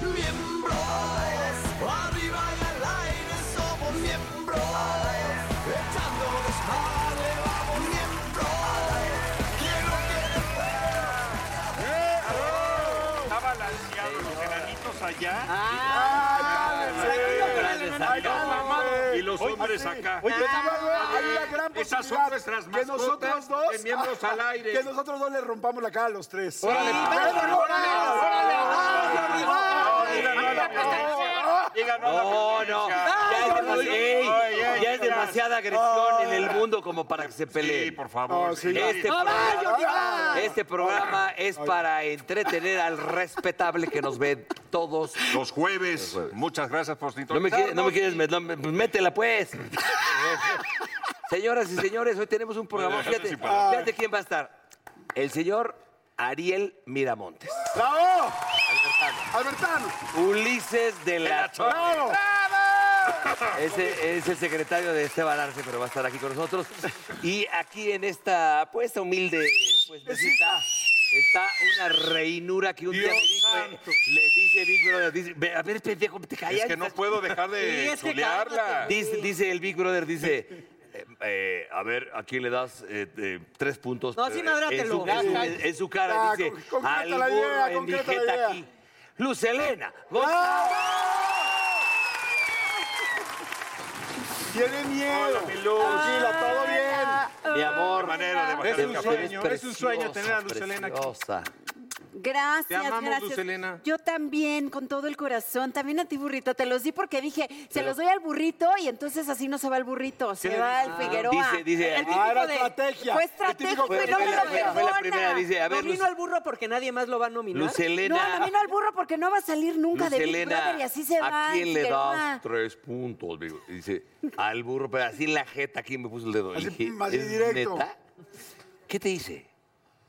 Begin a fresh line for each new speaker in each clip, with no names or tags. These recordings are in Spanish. Miembros, arriba y al aire somos miembros, echando desmadre, vamos miembros, quiero
Está balanceado los enanitos allá. Ah,
que
y los mamados, y los hombres acá.
Oye, hay
Eh,
una gran
esas
posibilidad
son nuestras
que
mascotas
nosotros dos
de miembros al aire.
que nosotros dos le rompamos la cara a los tres.
¡Órale,
¡Ah!
órale,
¡Pero no!
órale,
¡Ah,
órale!
rival!
Diga no a la violencia. Diga no a la
No, no.
violencia.
Ya es, demasi- ey,
Ay, ay,
ya es
ay.
demasiada agresión en el mundo como para que se
Sí,
peleen.
por favor.
No, sí,
sí.
no.
Este programa, este programa es para entretener al respetable que nos ve todos.
Los jueves. Muchas gracias por
No
sintonizar.
me, quieres- no me quieres, met- no me- pues métela pues. Señoras y señores, hoy tenemos un programa.
Bueno, eso
Fíjate,
sí, perdón.
fíjate quién va a estar. El señor Ariel Miramontes.
¡Bravo! Albertano.
Ulises de la Torre.
¡Bravo!
Ese es el secretario de Esteban Arce, pero va a estar aquí con nosotros. Y aquí en esta, pues, esta humilde pues, mesita, está una reinura que un día
Dios
me dijo, eh,
santo.
le dice Big Brother, dice, "Ve, a ver, pendejo, te callas.
Es que no puedo dejar
Sí,
de
es que
chulearla.
Dice, dice el Big Brother, dice... eh, eh, a ver, ¿a quién le das eh, eh, tres puntos?
No, sí,
Eh,
madrátelo.
En su,
Ya,
en su-
cállate.
en su cara
Ya,
dice,
con- concreta la
alguno
idea,
en mi
concreta la
jeta
idea".
aquí. Luz Elena,
¡Ah!
Tiene miedo.
Hola, mi Luz.
Ah.
Tranquila, todo bien.
mi amor.
Qué manera de bajar
Es
el
un
café.
sueño, es un sueño tener a
Luz
Lucelena aquí.
Gracias,
Te amamos,
gracias.
Lucelena.
Yo también, con todo el corazón, también a ti, burrito. Te los di porque dije, se los doy al burrito y entonces así no se va el burrito, se va el Figueroa.
Dice- dice-
el
Ah,
típico
era
de-
estrategia.
Fue
El típico
estratégico
fue-
y no
fue
me
la-
lo
fue la
perdona.
primera, dice, a ver,
no vino
Luz-
al burro porque nadie más lo va a nominar.
Lucelena.
No, no vino al burro porque no va a salir nunca de Big
Lucelena,
Brother y así se va.
¿a quién
el
le
Figueroa.
das tres puntos? Digo, Dice, al burro, pero así en la jeta, aquí me puso el dedo.
Así,
Le dije,
así
¿es
directo.
neta? ¿Qué te dice?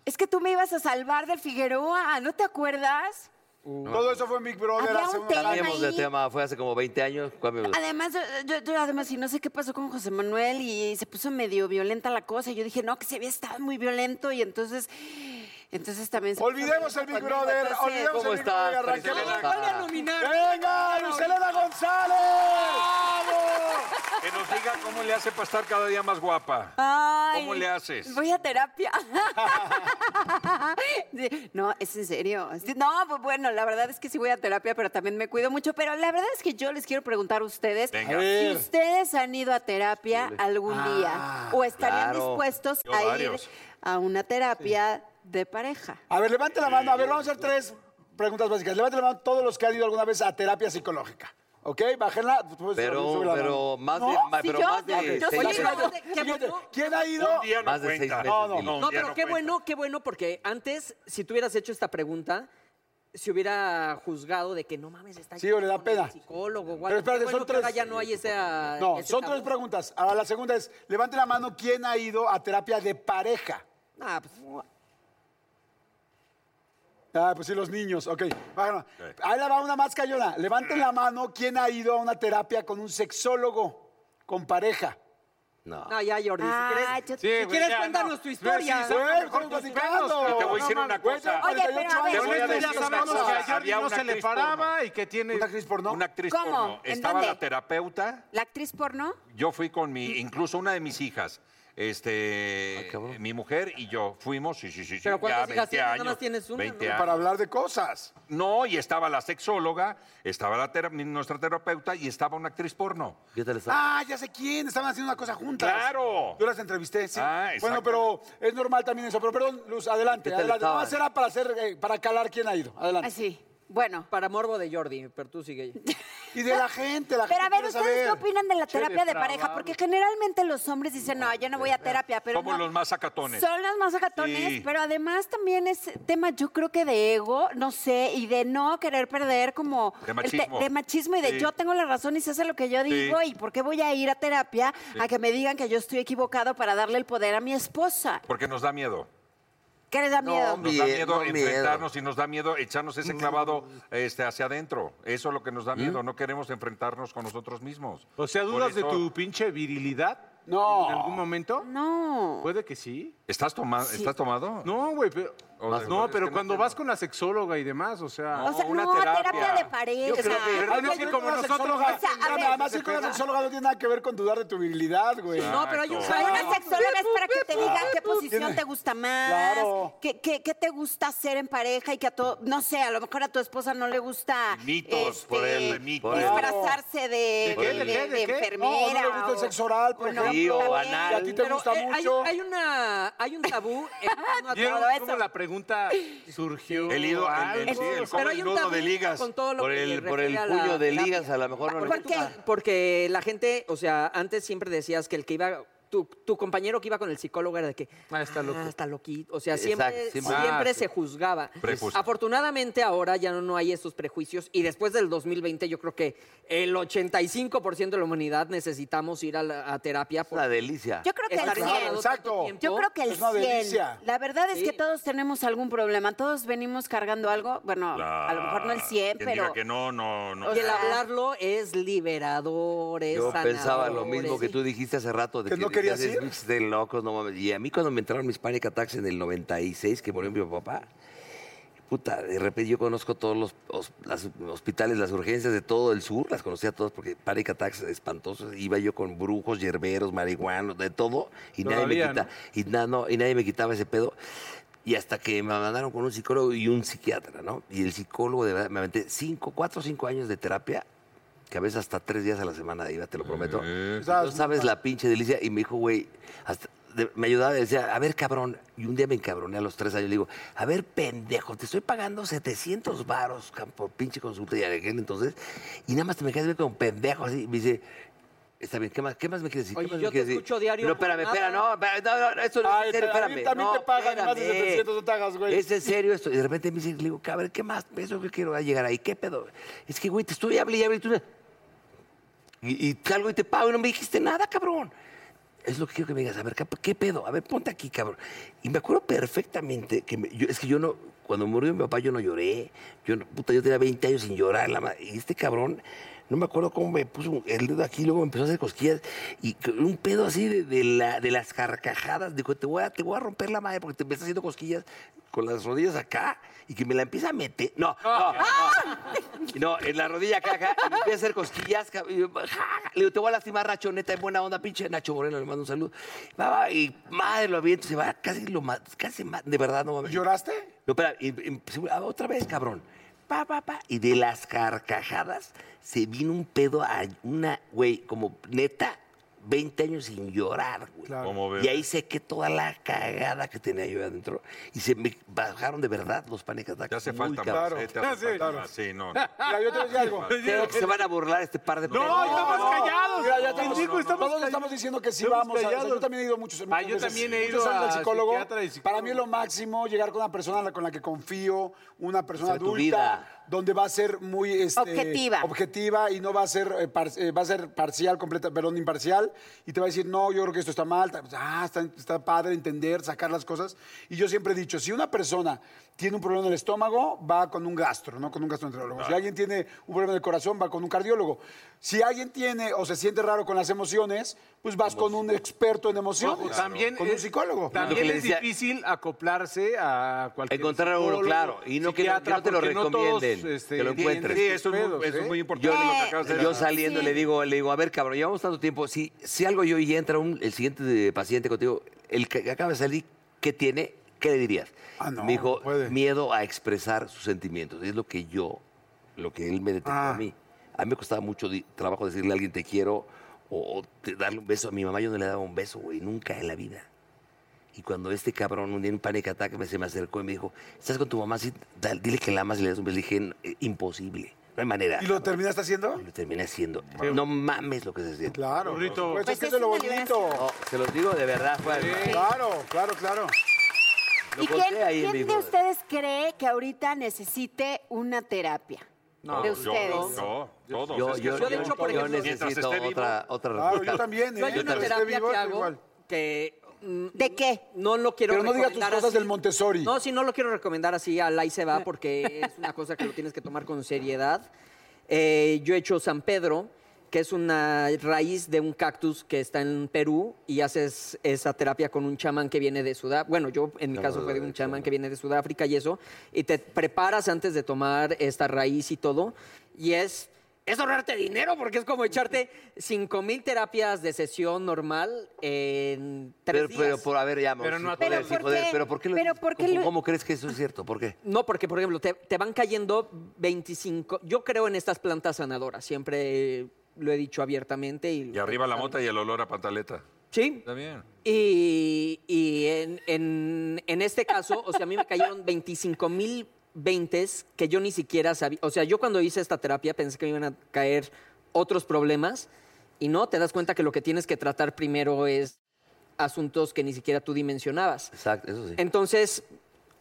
Es que tú me ibas a salvar del Figueroa, ¿no te acuerdas?
Todo eso fue en Big Brother
Había
hace
un
una
tema
año.
Cambiamos de
ahí.
tema, fue hace como 20 años. cambiamos de-
Además, yo- yo, yo además, y no sé qué pasó con José Manuel y se puso medio violenta la cosa. Y yo dije, no, que se había estado muy violento y entonces, entonces también se puso
Olvidemos el
violento
Big
conmigo,
Brother,
entonces-
olvidemos
¿Cómo
el Big Brother.
estás,
arranquemos.
Priscila?
¡Venga, Lucelena González!
Que nos diga cómo le hace para estar cada día más guapa.
Ah, Ay,
¿Cómo le haces?
Voy a terapia. Sí, no, es en serio. Sí, No, pues bueno, la verdad es que sí voy a terapia, pero también me cuido mucho. Pero la verdad es que yo les quiero preguntar a ustedes
Venga. A
ver. Ah,
si ustedes han ido a terapia algún día o estarían
claro.
dispuestos
Yo
a ir
varios.
a una terapia de pareja.
A ver, levante la mano. A ver, vamos a hacer tres preguntas básicas. Levante la mano todos los que han ido alguna vez a terapia psicológica. ¿Ok? Bájenla. pues,
Pero,
sube la mano.
pero más de,
No,
más,
sí,
pero
yo-
más de
yo-
seis
yo sí
meses.
digo-
Siguiente,
¿Qué
siguiente.
pasó?
¿Quién ha ido?
Un día no
Más de seis
cuenta.
meses,
No, no,
dile.
no. un
No,
día
pero qué
cuenta.
bueno, qué bueno, porque antes, si tú hubieras hecho esta pregunta, se hubiera juzgado de que no mames, está
Sí, o le da
con el
pena.
psicólogo,
Pero espérate,
Qué bueno
son
que ahora
tres.
ya no hay esa.
No,
ese
son
tabú.
tres preguntas. Ahora la segunda es, levante la mano quién ha ido a terapia de pareja.
Ah, pues,
Ah, pues sí, los niños. Ok, bájala. Ahí la va una más cayona. Levanten la mano quién ha ido a una terapia con un sexólogo, con pareja.
No.
no, ya, Jordi.
Ah,
si
yo-
quieres, si quieres cuéntanos tu historia.
sí, Güey, estamos platicando.
Y te voy a decir
No,
una
Güey,
cosa.
tengo
Oye, pero a
48
ver,
Te voy a
años,
decir
ya
una
sabemos
cosa.
que hay
Había
no
una
se le
actriz porno.
paraba y que tiene.
¿Una actriz porno?
Una actriz
¿Cómo?
porno.
¿En
Estaba
dónde?
la terapeuta.
¿La actriz porno?
Yo fui con mi, incluso una de mis hijas. Este, mi mujer y yo fuimos, sí, sí, sí, sí,
Pero ¿cuántas
ya
hijas
20
tienes? Nada
años.
más tienes una,
20
¿no?
años.
Para hablar de cosas.
No, y estaba la sexóloga, estaba la tera- nuestra terapeuta y estaba una actriz porno.
¿Qué tal está?
Ah, ya sé quién, estaban haciendo una cosa juntas.
¡Claro!
Yo las entrevisté, sí.
Ah,
bueno,
exacto.
pero es normal también eso. Pero perdón, Luz, adelante.
¿Qué tal
adelante.
estaban?
Nada más era para, hacer, eh, para calar quién ha ido. Adelante.
Así. Bueno.
Para morbo de Jordi, pero tú sigue.
Y de la gente, la
Pero a
gente
ver,
quiere
¿ustedes
saber.
qué opinan de la
Che,
terapia de
depravado.
pareja? Porque generalmente los hombres dicen, no, yo no voy a terapia, pero
Somos
no.
los más sacatones.
Son los más sacatones,
Sí.
pero además también es tema, yo creo que de ego, no sé, y de no querer perder como...
De
el
machismo.
de machismo y de
Sí.
yo tengo la razón y se hace lo que yo digo y por qué voy a ir a terapia a que me digan que yo estoy equivocado para darle el poder a mi esposa.
Porque nos da miedo.
¿Qué les da
No,
miedo?
hombre.
Nos da
Mie-
miedo
no, miedo.
enfrentarnos y nos da miedo echarnos ese clavado este, hacia adentro. Eso es lo que nos da miedo. No queremos enfrentarnos con nosotros mismos.
O sea,
Por
¿dudas de
eso-
tu pinche virilidad?
No.
¿En algún momento?
No.
Puede que sí.
¿Estás, toma- ¿Estás tomado?
No, güey, pero...
O sea,
no,
es
pero
que no
cuando
te-
vas con la sexóloga y demás, o sea...
o sea,
una
no, terapia.
terapia.
de pareja.
Yo creo que-
Ay,
Perdón, es que
pero
como
una
nosotros-
sexóloga-
O sea, a ver.
Además, ir con una sexóloga no tiene nada que ver con dudar de tu virilidad, güey.
No, pero hay un
Para una
sexo-
sexóloga es para que te digan qué posición te gusta más,
Claro.
qué, qué- qué te gusta hacer en pareja y que a todo, no sé, a lo mejor a tu esposa no le gusta
Mitos,
Este,
por el mito.
disfrazarse
qué,
de,
de
de-
qué,
de
de qué?
No, no
enfermera.
le gusta el
o-
sexo oral, por
o no,
ejemplo.
Sí, o
también.
Y a ti te
Pero,
gusta
eh, hay,
mucho.
hay una, hay un tabú en torno a
¿Vieron
todo eso.
cómo la pregunta surgió?
El ido- el- el-
algo?
sí, el-
Pero hay un
nudo
tabú
de ligas.
con todo lo
Por
que
el, por el
refiere a la
puño de
terapia.
ligas, a lo mejor no
¿Por
le
qué?
gusta.
Porque la gente, o sea, antes siempre decías que el que iba, tu, tu compañero que iba con el psicólogo era de que.
Ah, está loco.
está loquito. O sea, siempre,
Exacto, siempre.
siempre,
Ah, sí.
se juzgaba.
Prejuicio.
Afortunadamente ahora ya no, no hay esos prejuicios y después del 2020 yo creo que el 85% de la humanidad necesitamos ir a, la, a terapia.
Es una delicia.
Yo creo que el
estar
Claro,
encerrados
100.
exacto.
tanto tiempo.
Yo creo que el
Es una
100.
delicia.
La verdad es que
Sí.
todos tenemos algún problema. Todos venimos cargando algo. Bueno, a lo mejor no el 100,
Quien diga
pero.
que no, no, no.
Y el
sea,
hablarlo es liberador, es
Yo pensaba
sanador,
lo mismo que
es-
tú dijiste hace rato. De
¿Que no querías
haces
ir?
mix de locos, no mames. Y a mí cuando me entraron mis panic attacks en el 96, que murió mi papá, puta, de repente yo conozco todos los hos- las hospitales, las urgencias de todo el sur, las conocía todas porque panic attacks espantosos. Iba yo con brujos, yerberos, marihuanos, de todo. Y nadie me
Todavía,
quita,
¿no?
y, na- no, y nadie me quitaba ese pedo. Y hasta que me mandaron con un psicólogo y un psiquiatra, ¿no? Y el psicólogo, de verdad, me aventé cinco, cuatro o cinco años de terapia, que a veces hasta tres días a la semana iba, te lo prometo.
O sea,
No sabes la pinche delicia. Y me dijo, güey, hasta- de- me ayudaba y decía, a ver, cabrón. Y un día me encabroné a los tres años. Le digo, a ver, pendejo, te estoy pagando 700 varos cam- por pinche consulta. Y aquel entonces, y nada más te me quedas bien con pendejo. Así, y me dice, está bien, ¿qué más, qué más me quieres decir?
Oye,
¿Qué más
yo
me quieres
te escucho diario
No, espérame,
por
espera,
nada.
Ah.
no, espera, no, no, eso no
Ay,
es en serio,
pero a mí
espérame.
también
no,
te pagan más de
espérame.
700, no te hagas, güey.
Es en serio esto. Y de repente me dice, le digo, cabrón, ¿qué más? Eso que quiero llegar ahí, ¿qué pedo? Es que, güey, te estoy hablando y hablé y tú... Y, y salgo y te pago y no me dijiste nada, cabrón. Es lo que quiero que me digas. A ver, ¿qué, qué pedo? A ver, ponte aquí, cabrón. Y me acuerdo perfectamente que me- yo- es que yo no, cuando murió mi papá, yo no lloré. Yo, no- puta, yo tenía 20 años sin llorar. la ma- y este cabrón, no me acuerdo cómo me puso un- el dedo aquí, luego me empezó a hacer cosquillas. Y que- un pedo así de, de la- de las carcajadas. Dijo, te voy, a, te voy a romper la madre porque te me estás haciendo cosquillas con las rodillas acá y que me la empieza a meter. No,
Ah.
no, no. No, en la rodilla acá, acá, y me empieza a hacer cosquillas. cab- y yo, ja, ja. Le digo, te voy a lastimar, Nacho, neta, en buena onda, pinche Nacho Moreno, le mando un saludo. Va, va, y madre, lo aviento, se va, casi lo ma- casi ma- de verdad, no mames.
¿Lloraste?
No, espera, y- y- se- ah, otra vez, cabrón. Pa, pa, pa. Y de las carcajadas se vino un pedo a una, güey, como neta, 20 años sin llorar, güey.
Claro.
Como bebé.
Y ahí sequé toda la cagada que tenía yo adentro. Y se me bajaron de verdad los panic attacks.
Te hace
muy
falta
cabrón.
más. eh, te hace
Sí.
falta más. Sí, no. no.
Mira, yo te voy a decir algo.
Creo que se van a burlar este par de
No,
pendejos.
estamos callados.
Mira, ya
Pendejo,
estamos,
estamos
todos
callados.
estamos diciendo que sí
Estamos
vamos. a- o sea,
callados.
yo también he ido muchos,
Ah, yo
muchos
también he ido
muchos años
a
al psicólogo.
psiquiatra y psicólogo.
Para mí es lo máximo llegar con una persona con la que confío, una persona
Sobre tu
adulta,
vida.
donde va a ser muy este,
Objetiva.
objetiva y no va a ser eh, par- eh, va a ser parcial, completa, perdón, imparcial y te va a decir no, yo creo que esto está mal, ta- ah, está, está padre entender, sacar las cosas. Y yo siempre he dicho, si una persona tiene un problema en el estómago, va con un gastro, no con un gastroenterólogo. Si alguien tiene un problema del corazón, va con un cardiólogo. Si alguien tiene o se siente raro con las emociones, pues vas con un experto en emociones,
Ojo, también
con un
es-
psicólogo.
Lo que
También
le
es
decía-
difícil acoplarse a cualquier
Encontrar a uno,
psicólogo,
claro, y no que no- que no te lo
psiquiatra, porque
recomienden.
este,
que lo encuentren.
Sí, eso es
pedos,
muy, eso es
¿eh?
muy importante lo que acabas de
Yo
decir.
saliendo
Sí.
le digo, le digo, a ver, cabrón, llevamos tanto tiempo. Si, si algo yo y entra un, el siguiente de- paciente contigo, el que acaba de salir, ¿qué tiene? ¿Qué le dirías?
Ah, no,
Me dijo,
puede.
miedo a expresar sus sentimientos. Es lo que yo, lo que él me detectó
Ah.
a mí. A mí me costaba mucho di- trabajo decirle a alguien te quiero o, o te- darle un beso. A mi mamá yo no le daba un beso, güey, nunca en la vida. Y cuando este cabrón un día en un panic attack me- se me acercó y me dijo, ¿estás con tu mamá? Sí, da- dile que la amas y le das un beso. Le dije, "N- eh, imposible, no hay manera.
¿Y lo terminaste haciendo?
Y lo terminé haciendo. No mames lo que se siente.
Claro.
Burrito.
Pues, es
Pues
que
es
eso es lo
una
bonito.
No, se los digo de verdad, Juan.
Claro, claro, claro.
Lo
¿Y
conté
quién,
ahí en
quién de
vivo.
ustedes cree que ahorita necesite una terapia?
No,
de
yo,
ustedes.
yo, todos.
Yo,
es que
yo,
soy
de
yo-
hecho, por
yo
ejemplo,
mientras
necesito
esté vivo,
otra, otra
Claro,
respuesta.
yo también, ¿eh?
Yo hay una
Mientras esté
terapia
vivo,
que
estoy
hago
igual.
que... mm,
¿De qué?
No lo quiero
Pero no digas tus
recomendar
cosas
así.
del Montessori.
No, sí, no lo quiero recomendar así a la y se va porque es una cosa que lo tienes que tomar con seriedad. Eh, yo he hecho San Pedro, que es una raíz de un cactus que está en Perú y haces esa terapia con un chamán que viene de Sudáfrica. Bueno, yo en mi caso fue de un chamán que viene de Sudáfrica y eso. Y te preparas antes de tomar esta raíz y todo. Y es... Es ahorrarte dinero porque es como echarte 5 mil terapias de sesión normal en tres
Pero, pero,
días.
por, a ver, ya,
Pero
sí
no a
poder,
todos.
sí
Pero ¿por
poder,
qué?
pero ¿por qué, lo-
Pero ¿por qué
cómo,
lo-
cómo crees que eso es cierto? ¿Por qué?
No, porque, por ejemplo, te, te van cayendo 25. Yo creo en estas plantas sanadoras. Siempre lo he dicho abiertamente. Y,
Y arriba la mota y el olor a pantaleta.
Sí.
Está bien.
Y, y en, en- en este caso, o sea, a mí me cayeron 25 mil 20 que yo ni siquiera sabía. O sea, yo cuando hice esta terapia pensé que me iban a caer otros problemas. Y no, te das cuenta que lo que tienes que tratar primero es asuntos que ni siquiera tú dimensionabas.
Exacto, eso sí.
Entonces,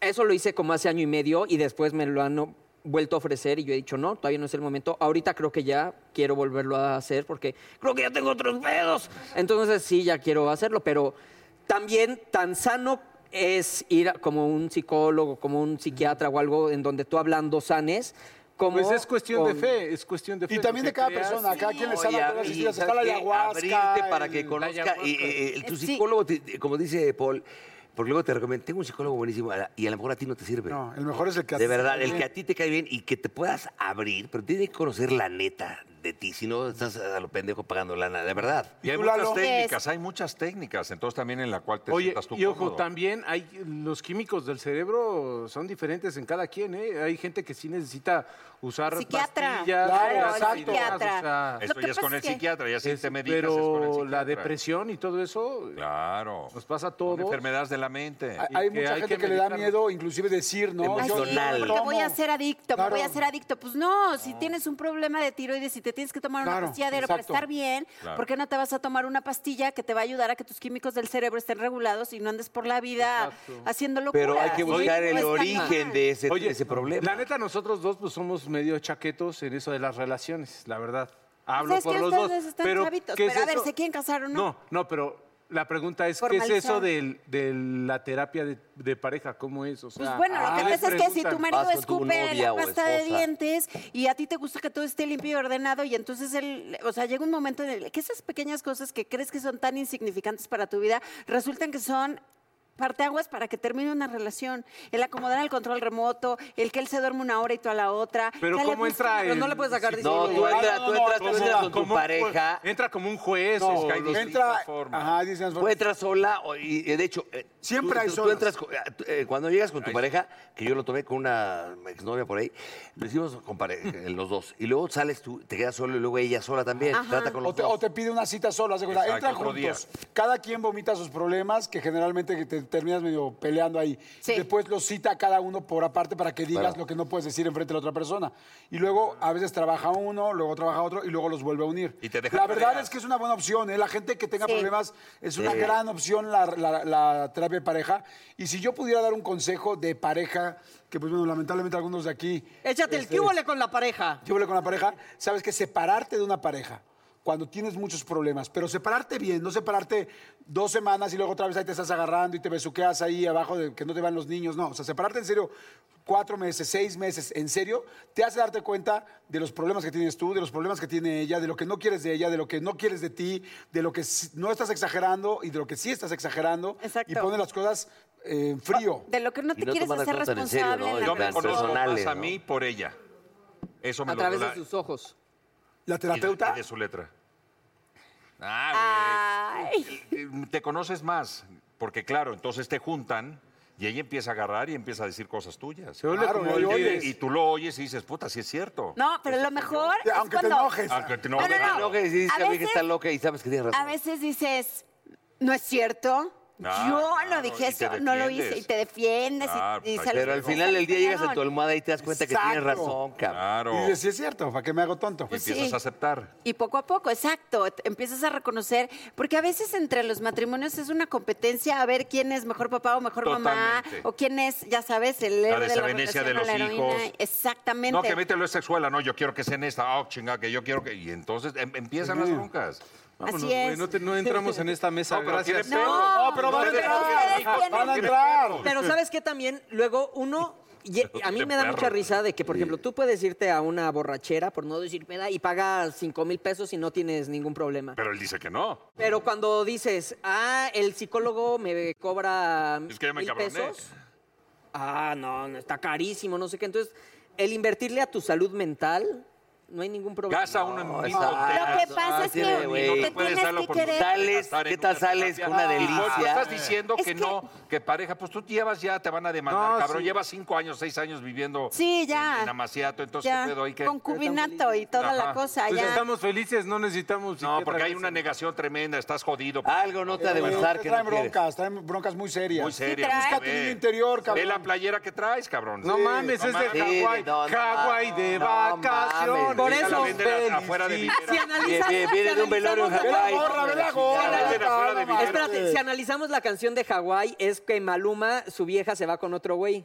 eso lo hice como hace año y medio y después me lo han o- vuelto a ofrecer y yo he dicho, no, todavía no es el momento. Ahorita creo que ya quiero volverlo a hacer porque creo que ya tengo otros pedos. Entonces, sí, ya quiero hacerlo, pero también tan sano es ir a- como un psicólogo, como un psiquiatra o algo en donde tú hablando sanes. Como
Pues es cuestión de
con-
fe, es cuestión de fe.
Y también de
lo que
cada
creas.
persona, cada quien le
Oye,
sabe todas las
y
historias. Está
¿sabes
la
qué?
ayahuasca.
Abrirte para
el-
que conozca.
ayahuasca.
Y, y- y tu
Sí.
psicólogo, te- como dice Paul, porque luego te recomiendo, tengo un psicólogo buenísimo a la- y a lo mejor a ti no te sirve.
No, el mejor es el que
De verdad, el que a ti te cae bien y que te puedas abrir, pero tiene que conocer la neta de ti, si no estás a lo pendejo pagando lana, de verdad.
Y hay
tú,
muchas
Lalo?
técnicas, hay muchas técnicas, entonces también en la cual te
Oye,
sientas tú
y ojo,
cómodo.
también hay los químicos del cerebro son diferentes en cada quien, ¿eh? Hay gente que sí necesita usar
Psiquiatra.
pastillas,
Claro,
drogas y
exacto.
demás,
Psiquiatra.
o sea,
Lo
Eso
que
ya es
pasa
con
es
el
que-
psiquiatra, ya si
es-
te medicas es con el
pero
psiquiatra.
la depresión y todo eso
Claro.
nos pasa a
Son
todos.
enfermedades de la
Hay,
mente.
y
hay
que
mucha
hay
gente
que
que, le da
medicarlo.
miedo inclusive decir, ¿no?
Ay, sí,
Emocional.
porque voy a
¿Cómo?
ser adicto, me voy a
Claro.
ser adicto. Pues no, si tienes un problema de tiroides y te tienes que tomar
Claro,
una pastilla diaria para
exacto.
estar bien,
Claro.
¿por qué no te vas a tomar una pastilla que te va a ayudar a que tus químicos del cerebro estén regulados y no andes por la vida haciendo locuras?
Pero hay que
Sí,
buscar
no
el
está
origen
mal.
de ese,
Oye,
de ese problema.
La neta, nosotros dos pues somos medio chaquetos en eso de las relaciones, la verdad. Hablo
Pues es
por
que
los dos.
ustedes están
pero,
chavitos,
¿qué es
pero a ver,
eso?
¿se quieren casar o no?
No, no, pero la pregunta es, ¿qué es
Formalizar.
eso del- de la terapia de, de pareja? ¿Cómo es? O sea,
Pues bueno,
¿qué
lo que
les
pasa es que si tu
Ah, preguntan?
Vas
marido
con tu
escupe
novia
la
o
pasta de
esposa.
dientes y a ti te gusta que todo esté limpio y ordenado y entonces él, o sea, llega un momento en el que esas pequeñas cosas que crees que son tan insignificantes para tu vida resultan que son parteaguas para que termine una relación. El acomodar el control remoto, el que él se duerme una hora y tú a la otra.
Pero
que le
¿cómo
gusta-
entra
Pero no
el
le puedes sacar
No,
Sí,
tú
Ah,
entras,
no,
tú
no,
entras,
como-
tú entras con tu
como un juez.
pareja,
Entra como un juez.
No,
o
que hay
los-
entra.
distintas formas.
Ajá, dicen
o entras sola, o- y y de hecho... eh,
Siempre
tú-
hay
tú- tú
solas.
entras con- eh, tú, eh, Cuando llegas con tu pareja, que yo lo tomé con una exnovia por ahí, lo hicimos con pare- eh, los dos, y luego sales tú, te quedas solo, y luego ella sola también, trata con los
O te,
dos.
o te pide una cita sola, haz de cuenta.
Exacto,
Entran
otro día.
juntos. Cada quien vomita sus problemas, que generalmente te terminas medio peleando ahí.
Sí.
Después los cita cada uno por aparte para que digas
Claro.
lo que no puedes decir enfrente de la otra persona. Y luego a veces trabaja uno, luego trabaja otro y luego los vuelve a unir.
Y te deja
la verdad
tareas.
es que es una buena opción. ¿eh? La gente que tenga
Sí.
problemas es una gran opción la, la- la terapia de pareja. Y si yo pudiera dar un consejo de pareja, que pues bueno, lamentablemente algunos de aquí...
Échate el
este,
cúbole con la pareja.
yo hablé con la pareja, sabes que separarte de una pareja cuando tienes muchos problemas, pero separarte bien, no separarte dos semanas y luego otra vez ahí te estás agarrando y te besuqueas ahí abajo de que no te van los niños, no, o sea, separarte en serio cuatro meses, seis meses, en serio, te hace darte cuenta de los problemas que tienes tú, de los problemas que tiene ella, de lo que no quieres de ella, de lo que no quieres de ti, de lo que sí- no estás exagerando y de lo que sí estás exagerando,
Exacto.
y pone las cosas eh, en frío.
De lo que no
Y
te
no
quieres
tomar las
hacer
cosas tan en
responsable
serio, ¿no?
en la
Y
Yo me
Las
relación.
conozco
personales,
más a
¿no?
mí por ella. Eso me
a
lo
través
la-
de sus ojos.
¿La
y de-
terapeuta?
y de su letra. Ah,
Ay.
güey. Eh, Te conoces más, porque claro, entonces te juntan y ella empieza a agarrar y empieza a decir cosas tuyas.
Se vuelve
Claro,
como
y
el
Y-
oyes.
de-
Y tú lo oyes y dices, puta, sí es cierto.
No, pero lo mejor es
Aunque te
cuando...
enojes.
Aunque te- no,
No, no,
¿verdad?
no.
loca y dices,
A
"Esta vieja
veces-
está loca y Ah, sabes que tiene razón.
A veces dices, no es cierto.
Ah,
Yo no
claro, y
dije
te
eso, no lo hice.
defiendes.
Y te defiendes. y-
Ah,
y,
pues,
sales-
Pero al final del día
sales
llegas a tu
peleón.
almohada y te das cuenta que tienes
Exacto.
razón, cabrón.
Claro.
Y dices, sí es cierto, ¿para qué me hago tonto?
Y
Pues
empiezas
sí.
a aceptar.
Y poco a poco, exacto, te- empiezas a reconocer, porque a veces entre los matrimonios es una competencia a ver quién es mejor papá o mejor mamá,
Totalmente.
o quién es, ya sabes, el héroe de la
desavenencia de
relación o la
los
heroína.
hijos.
Exactamente.
No, que mételo es sexual, ah, no, yo quiero que sea en esta, ah, chinga, que yo quiero que... Y entonces em- empiezan las broncas.
Vámonos,
Así
güey,
es.
no, te- no entramos en esta mesa,
No, pero
gracias.
tiene perro.
No,
No, pero van a
pero
entrar.
ustedes tienen-
Van a entrar.
Pero ¿sabes qué también? Luego uno... y- a mí me da
Perro.
mucha risa de que, por ejemplo, tú puedes irte a una borrachera, por no decir peda, y pagas 5 mil pesos y no tienes ningún problema.
Pero él dice que no.
Pero cuando dices, ah, el psicólogo me cobra
Es que ya me
mil
encabroné.
pesos. Ah, no, no, está carísimo, no sé qué. Entonces, el invertirle a tu salud mental, no hay ningún problema.
Gasta uno en mil
exacto.
tonteras.
Lo que pasa
Ah,
es
sí,
que te
güey. No te puedes
tienes
dar la
que querer.
oportunidad.
Sales,
Estar en
¿qué tal
una
sales con
terapia.
una
Y vos
delicia?
estás diciendo
Es
que,
que-
no, que pareja, pues tú llevas ya, te van a demandar,
No,
cabrón.
sí.
Llevas cinco años, seis años viviendo
Sí,
en,
ya.
en Amaciato, entonces
ya,
¿qué pedo? Hay que...
concubinato y toda la
Ajá.
cosa,
Pues
ya.
estamos felices, no necesitamos...
No,
siquiera
porque hay
regresar.
una negación tremenda, estás jodido.
Algo no te ha de
Güey,
gustar
ustedes
que no
traen
quieres.
broncas, traen broncas muy serias.
Muy seria.
trae.
pues,
Busca tu
ve.
niño interior,
Ve
cabrón.
la playera que traes, cabrón.
No
Sí.
mames, es de
mames.
Sí,
Hawái.
no, no,
Hawái de
no
vacaciones.
mames. Por
Esa
eso,
la venden a- afuera de
Felicita.
Vivera.
Si analizas-
Viene-
si
viene de un velorio en
analizamos
Ve
la-
la
Hawái.
gorra, ve la gorra.
Ya la venden afuera de
no mames.
Espérate, si analizamos la canción de Hawái, es que Maluma, su vieja, se va con otro güey.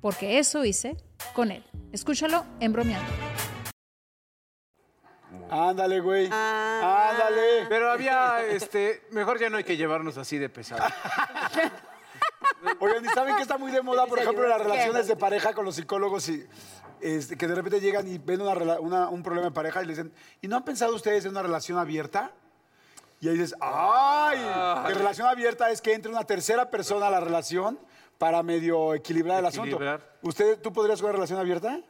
porque eso hice con él. Escúchalo en bromeando.
Ándale, güey.
Ah.
Ándale.
Pero había, este, mejor ya no hay que llevarnos así de pesado.
Oigan, ¿y saben que está muy de moda, por ejemplo, las relaciones de pareja con los psicólogos? Y, este, que de repente llegan y ven una rela- una- un problema de pareja y le dicen, ¿y no han pensado ustedes en una relación abierta? Y ahí dices, ¡ay! Que relación abierta es que entre una tercera persona a la relación para medio equilibrar el asunto.
Equilibrar.
¿Usted, ¿Tú podrías una relación abierta?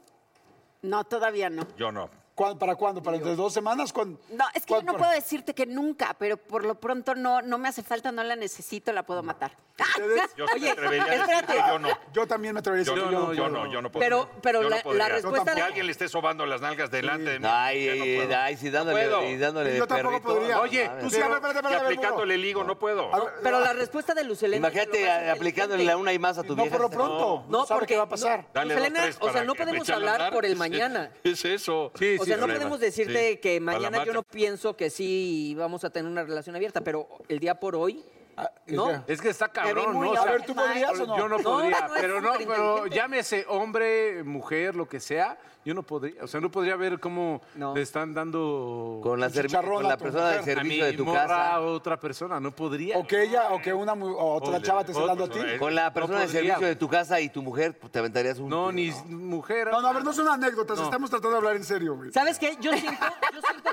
No, todavía no.
Yo no.
¿Cuán- ¿Para cuándo? ¿Para entre dos semanas? ¿Cuán-
No, es que yo
cuán-
no
por-
puedo decirte que nunca, pero por lo pronto no, no me hace falta, no la necesito, la puedo matar.
Yo sí me atrevería a decir que yo no.
Yo también me atrevería a
Yo
decir
no,
que yo no
yo
puedo.
no, yo no
Pero-
podría.
pero
Yo
la-
no
la
podría.
respuesta-
Que alguien le esté sobando las nalgas delante de mí.
Ay,
yo no puedo.
ay, sí, dándole,
No puedo.
y dándole
Yo
de
tampoco
perrito.
podría.
Oye,
Tú
mames.
sí, a ver, espérate,
Y
espérate, espérate,
aplicándole el higo, no puedo.
A ver,
Pero la respuesta de Luz Helena...
Imagínate
es lo
a-
más
aplicándole
inteligente.
la una y más a tu
No,
vieja.
por lo pronto.
No,
sabe
porque
qué va a pasar.
no, Luz
Dale dos,
Helena,
tres
o sea,
para
no
que me
podemos
eche a
hablar
andar.
por el
Es-
mañana.
Es eso.
Sí,
O
sí,
sea, no
problema.
podemos decirte
Sí.
que
Para la
mañana yo
marcha.
no pienso que sí vamos a tener una relación abierta, pero el día por hoy,
Ah,
¿no?
ya.
Es que está
Me vi
cabrón,
muy
¿no? O
A
sea,
ver, ¿tú podrías o no?
Yo no
No,
podría,
no es
pero no, pero
superinteligente.
llámese hombre, mujer, lo que sea, yo no podría, o sea, no podría ver cómo
No.
le están dando
Con la,
Un
servi-
chicharrón
con
a
la
tu
persona de
mujer.
a mi
servicio de tu
morra
casa.
a otra persona, no podría.
O que ella, o que una mu- o otra
Ole,
chava te esté
otra
dando a ti.
persona, eh.
Con la persona de
podría,
servicio
güey.
de tu casa y tu mujer, pues, te aventarías un.
No,
tiro,
ni s- mujer.
No, no, a ver, no son anécdotas, estamos tratando de hablar en serio, güey.
¿Sabes qué? Yo siento, yo siento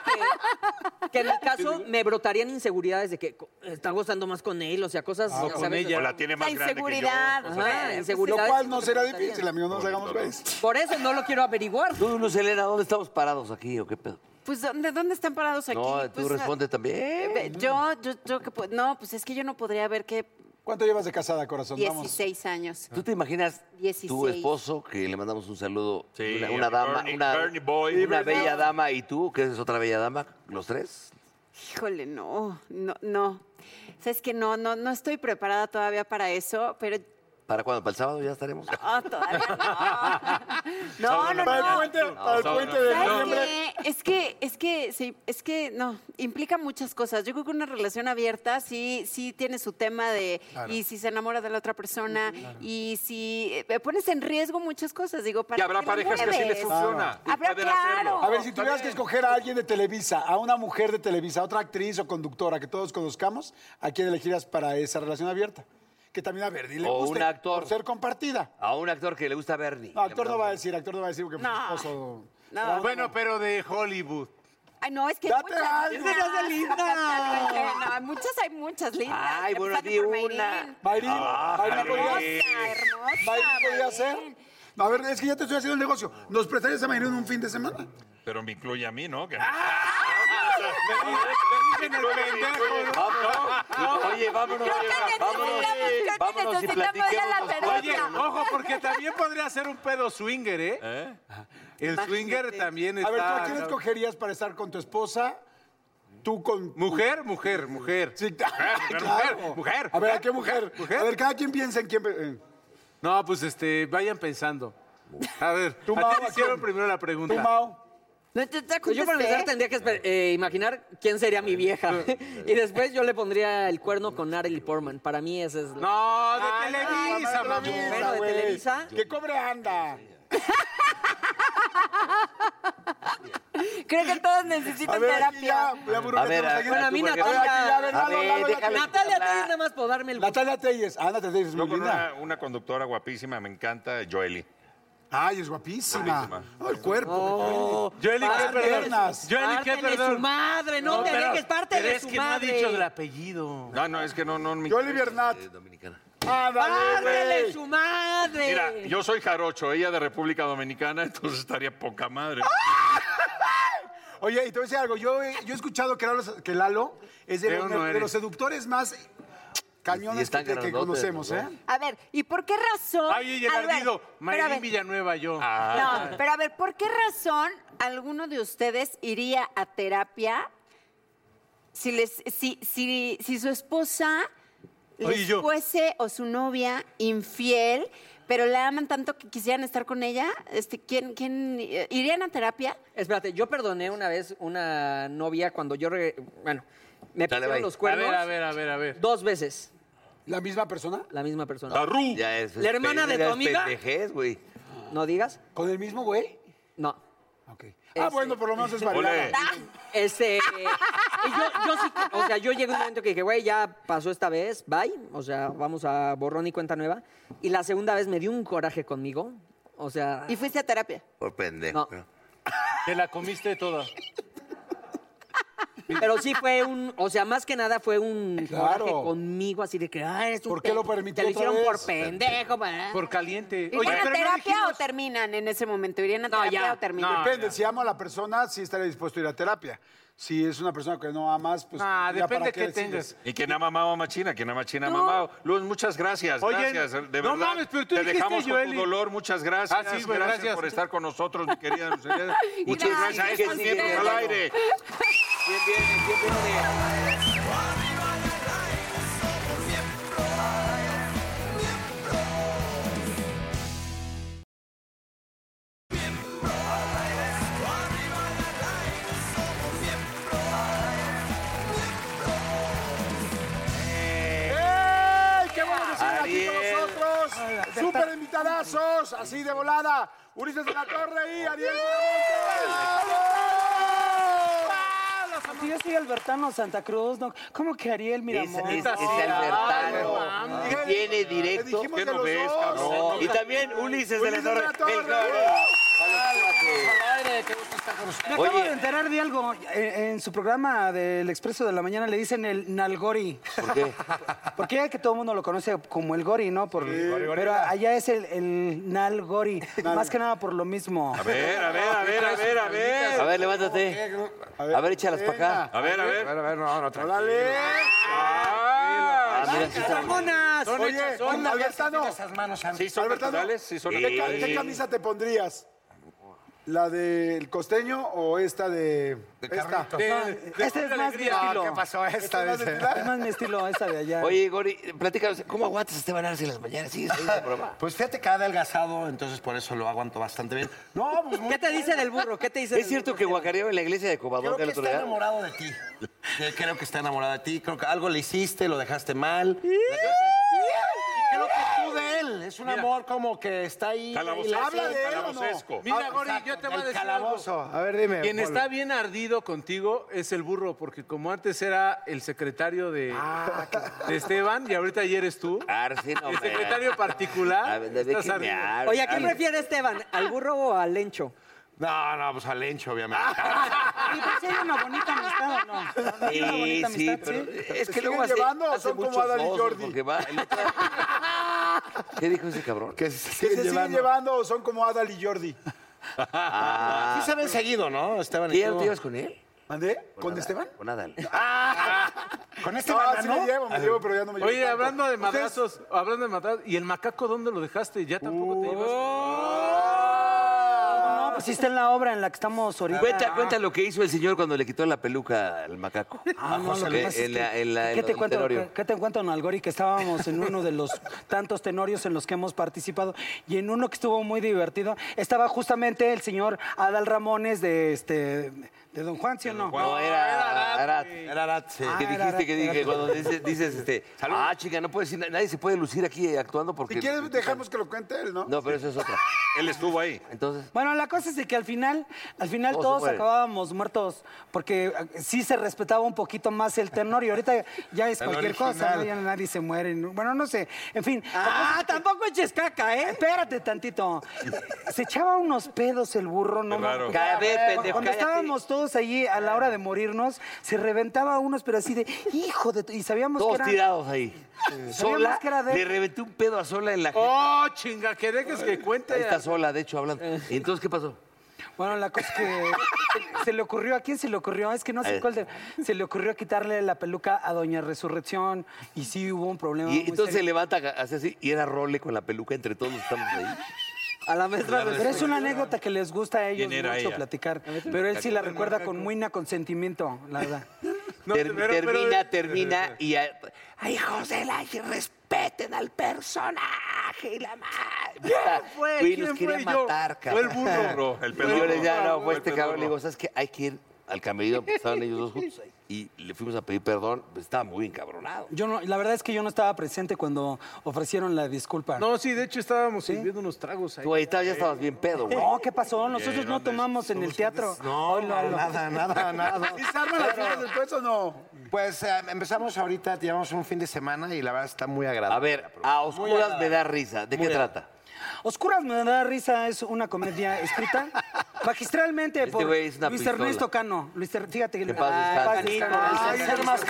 que, que en mi caso me brotarían inseguridades de que co- está gozando más con él, o sea, cosas...
o
ya
con
sabes,
ella.
O la tiene
La
más grande que yo.
inseguridad.
O sea,
Ajá,
Ah, Lo
inseguridades.
cual no será difícil, amigo, no nos hagamos güeyes.
Por eso no lo quiero averiguar.
Tú, Luz Helena, ¿dónde estamos parados aquí o qué pedo?
Pues, ¿dónde, dónde están parados aquí?
No, tú
Pues,
responde también.
eh, Yo, yo, yo que pu- no, pues es que yo no podría ver que
¿Cuánto llevas de casada, corazón? Vamos.
16 años.
¿Tú te imaginas
16.
tu esposo, que le mandamos un saludo,
Sí,
una, una dama,
Bernie-
una,
Bernie Boy.
una bella dama, y tú, que eres otra bella dama, los tres?
Híjole, no, no, no. Sabes que no, no, no estoy preparada todavía para eso, pero
¿Para cuándo? ¿Para el sábado ya estaremos?
ah, todavía no. No, no,
Para el
no.
puente, para el
no,
puente
no,
de
¿Sabes
noviembre.
qué? Es que, es que, sí, es que no, implica muchas cosas. Yo creo que una relación abierta sí, sí tiene su tema de y si se enamora de la otra persona y si eh, pones en riesgo muchas cosas. Digo, para
Y habrá
qué la
parejas que sí les
mueves?
funciona. y
Habrá,
pueden hacerlo.
Ah, claro.
A ver, si tuvieras que escoger a alguien de Televisa, a una mujer de Televisa, a otra actriz o conductora que todos conozcamos, ¿a quién elegirías para esa relación abierta? Que también a Verdi le
O
guste
un actor.
por ser compartida.
A un actor que le gusta a Bernie.
No, actor no va a decir, actor no va a decir porque
No.
mi esposo...
No.
Bueno, pero de Hollywood.
Ay, no, es que hay
¡Date
muchas.
algo!
Es que no sé,
linda!
No, hay muchas hay muchas lindas.
Ay, bueno,
Empezando
di
por
una. Ah,
Mayrin.
Mayrín, Mayrín,
Hermosa,
podrías...
hermosa.
Mayrín, ¿podrías ser?
Mayrin.
A ver, es que ya te estoy haciendo el negocio. ¿Nos prestarías a Mayrín un fin de semana?
Pero me incluye a mí, ¿no? Que-
Ah.
Dicen el pendejo, ¿no?
Oye, vámonos,
Creo que necesitamos,
vámonos,
creo que
vámonos y
necesitamos ya la
platiquemos.
terapia.
Oye, ojo, porque también podría ser un pedo swinger, ¿eh?
¿Eh?
El swinger también está...
A ver, ¿tú a quién escogerías para estar con tu esposa? Tú con...
Mujer, mujer, mujer.
Sí,
mujer,
claro.
mujer, mujer.
A ver, ¿a qué mujer?
Mujer.
A ver, cada quien piensa en quién... eh,
No, pues este, vayan pensando. A ver,
Tú,
a
Mau,
ti te
¿a
hicieron
quién?
primero la
¿Tú,
pregunta.
Mau?
No, te, te
Pues yo para empezar tendría que esper- eh, imaginar quién sería mi vieja. y después yo le pondría el cuerno con Natalie Portman. Para mí ese es...
No, de
Ay,
Televisa,
no, no,
mamón.
Televisa,
Bueno, de
güey.
Televisa.
Que cobre anda.
Creo que todos
A
necesitan
ver, aquí ya,
terapia.
la burbuja
A ver,
tenemos
a-
aquí.
Bueno, a mí
ver, aquí ya, a ver, Lalo,
Natalia...
Lalo, Lalo.
déjala.
Natalia Telles nada más por darme el gusto.
Natalia Telles. Ah, Natalia Telles, muy
Yo con una,
linda.
una conductora guapísima, me encanta, Joely.
Ay, es guapísima.
Guapísima.
Oh, el cuerpo.
Yo eliqué,
Parte de
perdón.
su-
Yo eliqué,
Parte de Oh. su
perdón.
madre, no, te
pero-
dejes parte
pero
de
es
su
que
madre.
no ha dicho el apellido.
No, no, es que no, no. me-
Yo, Olivier Nat.
Dominicana.
Ándale,
Parte de
güey.
su madre.
Mira, yo soy jarocho, ella de República Dominicana, entonces estaría poca madre.
Oye, y te voy a decir algo. Yo he, yo he escuchado que Lalo, que Lalo es de,
Creo
los,
no
de
eres.
los seductores más
Y
cañones que,
están
que
grandotes,
conocemos,
¿no?
¿eh?
A ver, ¿y por qué razón?
Ay,
A ver,
Gerardino,
pero a ver,
Mayrín Villanueva, yo.
Ah,
Ah,
No, pero a ver, ¿por qué razón alguno de ustedes iría a terapia si les, si, si, si su esposa
Oye,
les
yo.
fuese o su novia infiel, pero la aman tanto que quisieran estar con ella? Este, ¿quién, quién eh, irían a terapia?
Espérate, yo perdoné una vez una novia cuando yo... re- Bueno, me
Dale,
pusieron
bye.
los
A
cuernos
ver, a ver, a ver, a ver.
dos veces
¿La misma persona?
la misma persona.
¡Tarú!
Ya es.
¿La hermana de
ya
tu
es
amiga?
pendejez, güey.
¿No digas?
¿Con el mismo güey?
No.
Ok. Ah,
Este.
bueno, por lo menos es
Ole.
variada.
Este. y yo, yo sí, o sea, yo llegué a un momento que dije, güey, ya pasó esta vez, bye. O sea, vamos a borrón y cuenta nueva. Y la segunda vez me dio un coraje conmigo. O sea.
Y fuiste a terapia.
Por pendejo.
No.
Te la comiste toda.
Pero sí fue un. O sea, más que nada fue un
Claro.
coraje conmigo, así de que, ah, eres un.
¿Por qué lo
pendejo,
permitió
Te lo
otra
hicieron
vez?
por pendejo, pa-
Por caliente.
¿Irían a
pero no
terapia
dijimos-
o terminan en ese momento? ¿Irían a terapia
ya.
o terminan?
No,
Depende, si amo a la persona, sí estaré dispuesto a ir a terapia. Si es una persona que no amas, pues.
Ah,
ya
depende
para
qué
decides.
tengas.
Y quien ha mamado a Machina, quien ha Machina ha mamado. Luz, muchas gracias.
Oye,
gracias, de
no
verdad.
mames, pero tú
Te
dijiste,
dejamos con
Joeli.
tu dolor, muchas gracias.
Ah, sí, güey,
gracias,
gracias.
por estar con nosotros, mi querida Lucía. Muchas
Gracias,
gracias. Esto
gracias.
es Miembros al aire.
Bien, bien, bien, bien, bien.
¡Ey! ¡Qué bueno que sigan aquí
Ariel.
con nosotros! ¡Súper invitadazos! Así de volada. Ulises de la Torre y Ariel.
Yo soy Albertano Santa Cruz, ¿no? ¿Cómo que Ariel
Es,
Miramón?
es, es
sí. Ay,
Albertano.
no
Y
mames.
Tiene
Te
directo.
dijimos de
¿Qué no
los
ves,
dos.
cabrón?
No. Y también Ulises de la
Ulises de
Torre.
la Torre.
El cabrón.
Me acabo
Oye.
de enterar de algo. En, en su programa del Expreso de la Mañana le dicen el Nalgori.
¿Por qué?
Porque ya que todo el mundo lo conoce como el Gori, ¿no? Por- pero allá es el, el Nalgori. Más que nada por lo mismo.
A ver, a ver, a ver, a ver, a ver.
A ver, levántate. A ver, échalas para acá.
A ver, a ver.
A ver, a ver, no, no, tranquilo.
¡Órale!
Ah,
mira, sí está-
¡Ramonas!
Son
Oye,
hechas- son
Albertano.
hechas esas manos, Sam.
Sí, son Albertano,
naturales, sí son
¿qué, ca-
naturales.
qué camisa te pondrías? ¿La del costeño o esta de. esta?
Carlitos. De- Ah, de
esta
pura alegría. No, ¿qué pasó? Esta
es más
dice.
de Pilar.
Es más mi estilo, esa de allá.
Oye, Gori, platícanos, ¿cómo aguantas a Esteban Arce en las mañanas? ¿Sigues ahí de broma?
Pues fíjate que ha adelgazado, entonces por eso lo aguanto bastante bien. No, pues muy
¿Qué te dice del burro? ¿Qué te dice
¿Es cierto que guacareó en la iglesia de Cobadón
Creo que
el otro
está
día?
enamorado de ti. Eh, Creo que está enamorado de ti. Creo que algo le hiciste, lo dejaste mal. Y Creo que tú de él. Es un amor como que está ahí.
Calabocesco,
Habla de él, ¿o no? Ah,
calabocesco. Mira, Gori, yo te voy a
del
decir
calabozo.
algo.
A ver, dime,
Quien
Polo.
está bien ardido contigo es el burro, porque como antes era el secretario de,
Ah,
de Esteban y ahorita ayer eres tú. el secretario particular.
Ah,
estás ardido.
Oye, ¿a quién prefiere Esteban? ¿Al burro o al lencho?
No, no, pues al Lencho, obviamente.
Ah,
Y pues hay una bonita amistad, ¿o no?
Sí,
Una bonita
sí,
amistad,
pero
sí.
es que luego hace, hace muchos osos, porque va- el otro- ¿Qué dijo ese cabrón?
Que
¿Que se siguen llevando o son como Adal y Jordi?
Sí se ven seguido, ¿no? Estaban
¿Y Ah. ya no te ibas con él?
¿Mandé? ¿Con
Adal,
Esteban?
Con Adal.
¿Con
este No, sí me banano? llevo, me llevo, pero ya no me llevo
Oye,
tanto.
hablando de
Ustedes-
madrazos, hablando de madrazos, ¿y el macaco dónde lo dejaste? Ya tampoco te llevas.
No, pues sí está en la obra en la que estamos ahorita.
Cuenta, cuenta lo que hizo el señor cuando le quitó la peluca al macaco.
Ah, no, lo que pasa es
en la,
que-
en la- en
¿Qué te
el
cuento?
tenorio.
¿Qué- ¿Qué te cuento, Nalgori? Que estábamos en uno de los tantos tenorios en los que hemos participado y en uno que estuvo muy divertido estaba justamente el señor Adal Ramones de este de Don Juan, ¿sí o no?
No, era Arat.
Era Arat, sí.
Que
Ah,
dijiste
era
que
Arat,
dije,
era
cuando
Arat.
dices, dices, este, ah, chica, no puedes decir, nadie se puede lucir aquí actuando porque...
Si quieres, dejamos que lo cuente él, ¿no?
No, pero eso es otra.
Él estuvo ahí.
Entonces...
Bueno, la cosa es de que al final, al final
Todos se
todos
mueren.
acabábamos muertos porque eh, sí se respetaba un poquito más el tenor y ahorita ya es
El
cualquier
original.
cosa, ¿no? ya nadie se muere. ¿no? Bueno, no sé. En fin. Ah, tampoco eches caca, ¿eh? Espérate tantito. Se echaba unos pedos el burro, no
Qué raro.
mames.
Cállate, pendejo,
Cuando
cállate.
estábamos todos allí a la hora de morirnos, se reventaba unos, pero así de hijo de tu-", y sabíamos
Todos
que eran-
tirados ahí. Sola,
Sabíamos que era de-
le reventé un pedo a Sola en la... jeta.
¡Oh, chinga! Que dejes que cuente.
Ahí está Sola, de hecho, hablando.
Eh.
¿Y entonces qué pasó?
Bueno, la cosa es que se- se le ocurrió, ¿a quién se le ocurrió? Es que no sé cuál de- se le ocurrió quitarle la peluca a Doña Resurrección y sí hubo un problema.
Y
muy
entonces se
serio.
levanta, hace así, y era Role con la peluca entre todos los que estamos ahí.
A la maestra.
Pero es una anécdota que les gusta a ellos
¿Quién era
mucho
ella?
platicar. Pero él sí la recuerda con muy na consentimiento, la verdad.
Ter-
pero- eh, pero-
termina, termina, y... a- ¡Ay, hijos de la... que respeten al personaje y la madre!
fue?
Güey,
¿Quién
nos quería
fue? Yo.
matar,
Fue el
cabrón.
burro.
El
Y yo
pedorro.
le decía, no, fue
El
este cabrón. Le
pedorro.
digo, ¿sabes qué? Hay que ir al camerino. porque Estaban ellos dos juntos ahí. Y le fuimos a pedir perdón. pues, Estaba muy encabronado.
Yo no, la verdad es que yo no estaba presente cuando ofrecieron la disculpa.
No, sí, de hecho estábamos sirviendo unos tragos ahí.
Tú ahí estabas- ya estabas bien pedo, güey.
No, ¿qué pasó? Nosotros no tomamos en el teatro.
No,
Hola, hola.
nada, nada, nada.
¿Y se arma la fiesta después o no?
Pues eh, empezamos ahorita, llevamos un fin de semana y la verdad está muy agradable.
A ver, a oscuras me da risa. ¿De qué trata?
Oscuras me da risa es una comedia escrita magistralmente
Este
por
güey es una
Luis
pistola.
Ernesto Cano. Luis Er- fíjate que
Que paz descanse.
Ay, ser más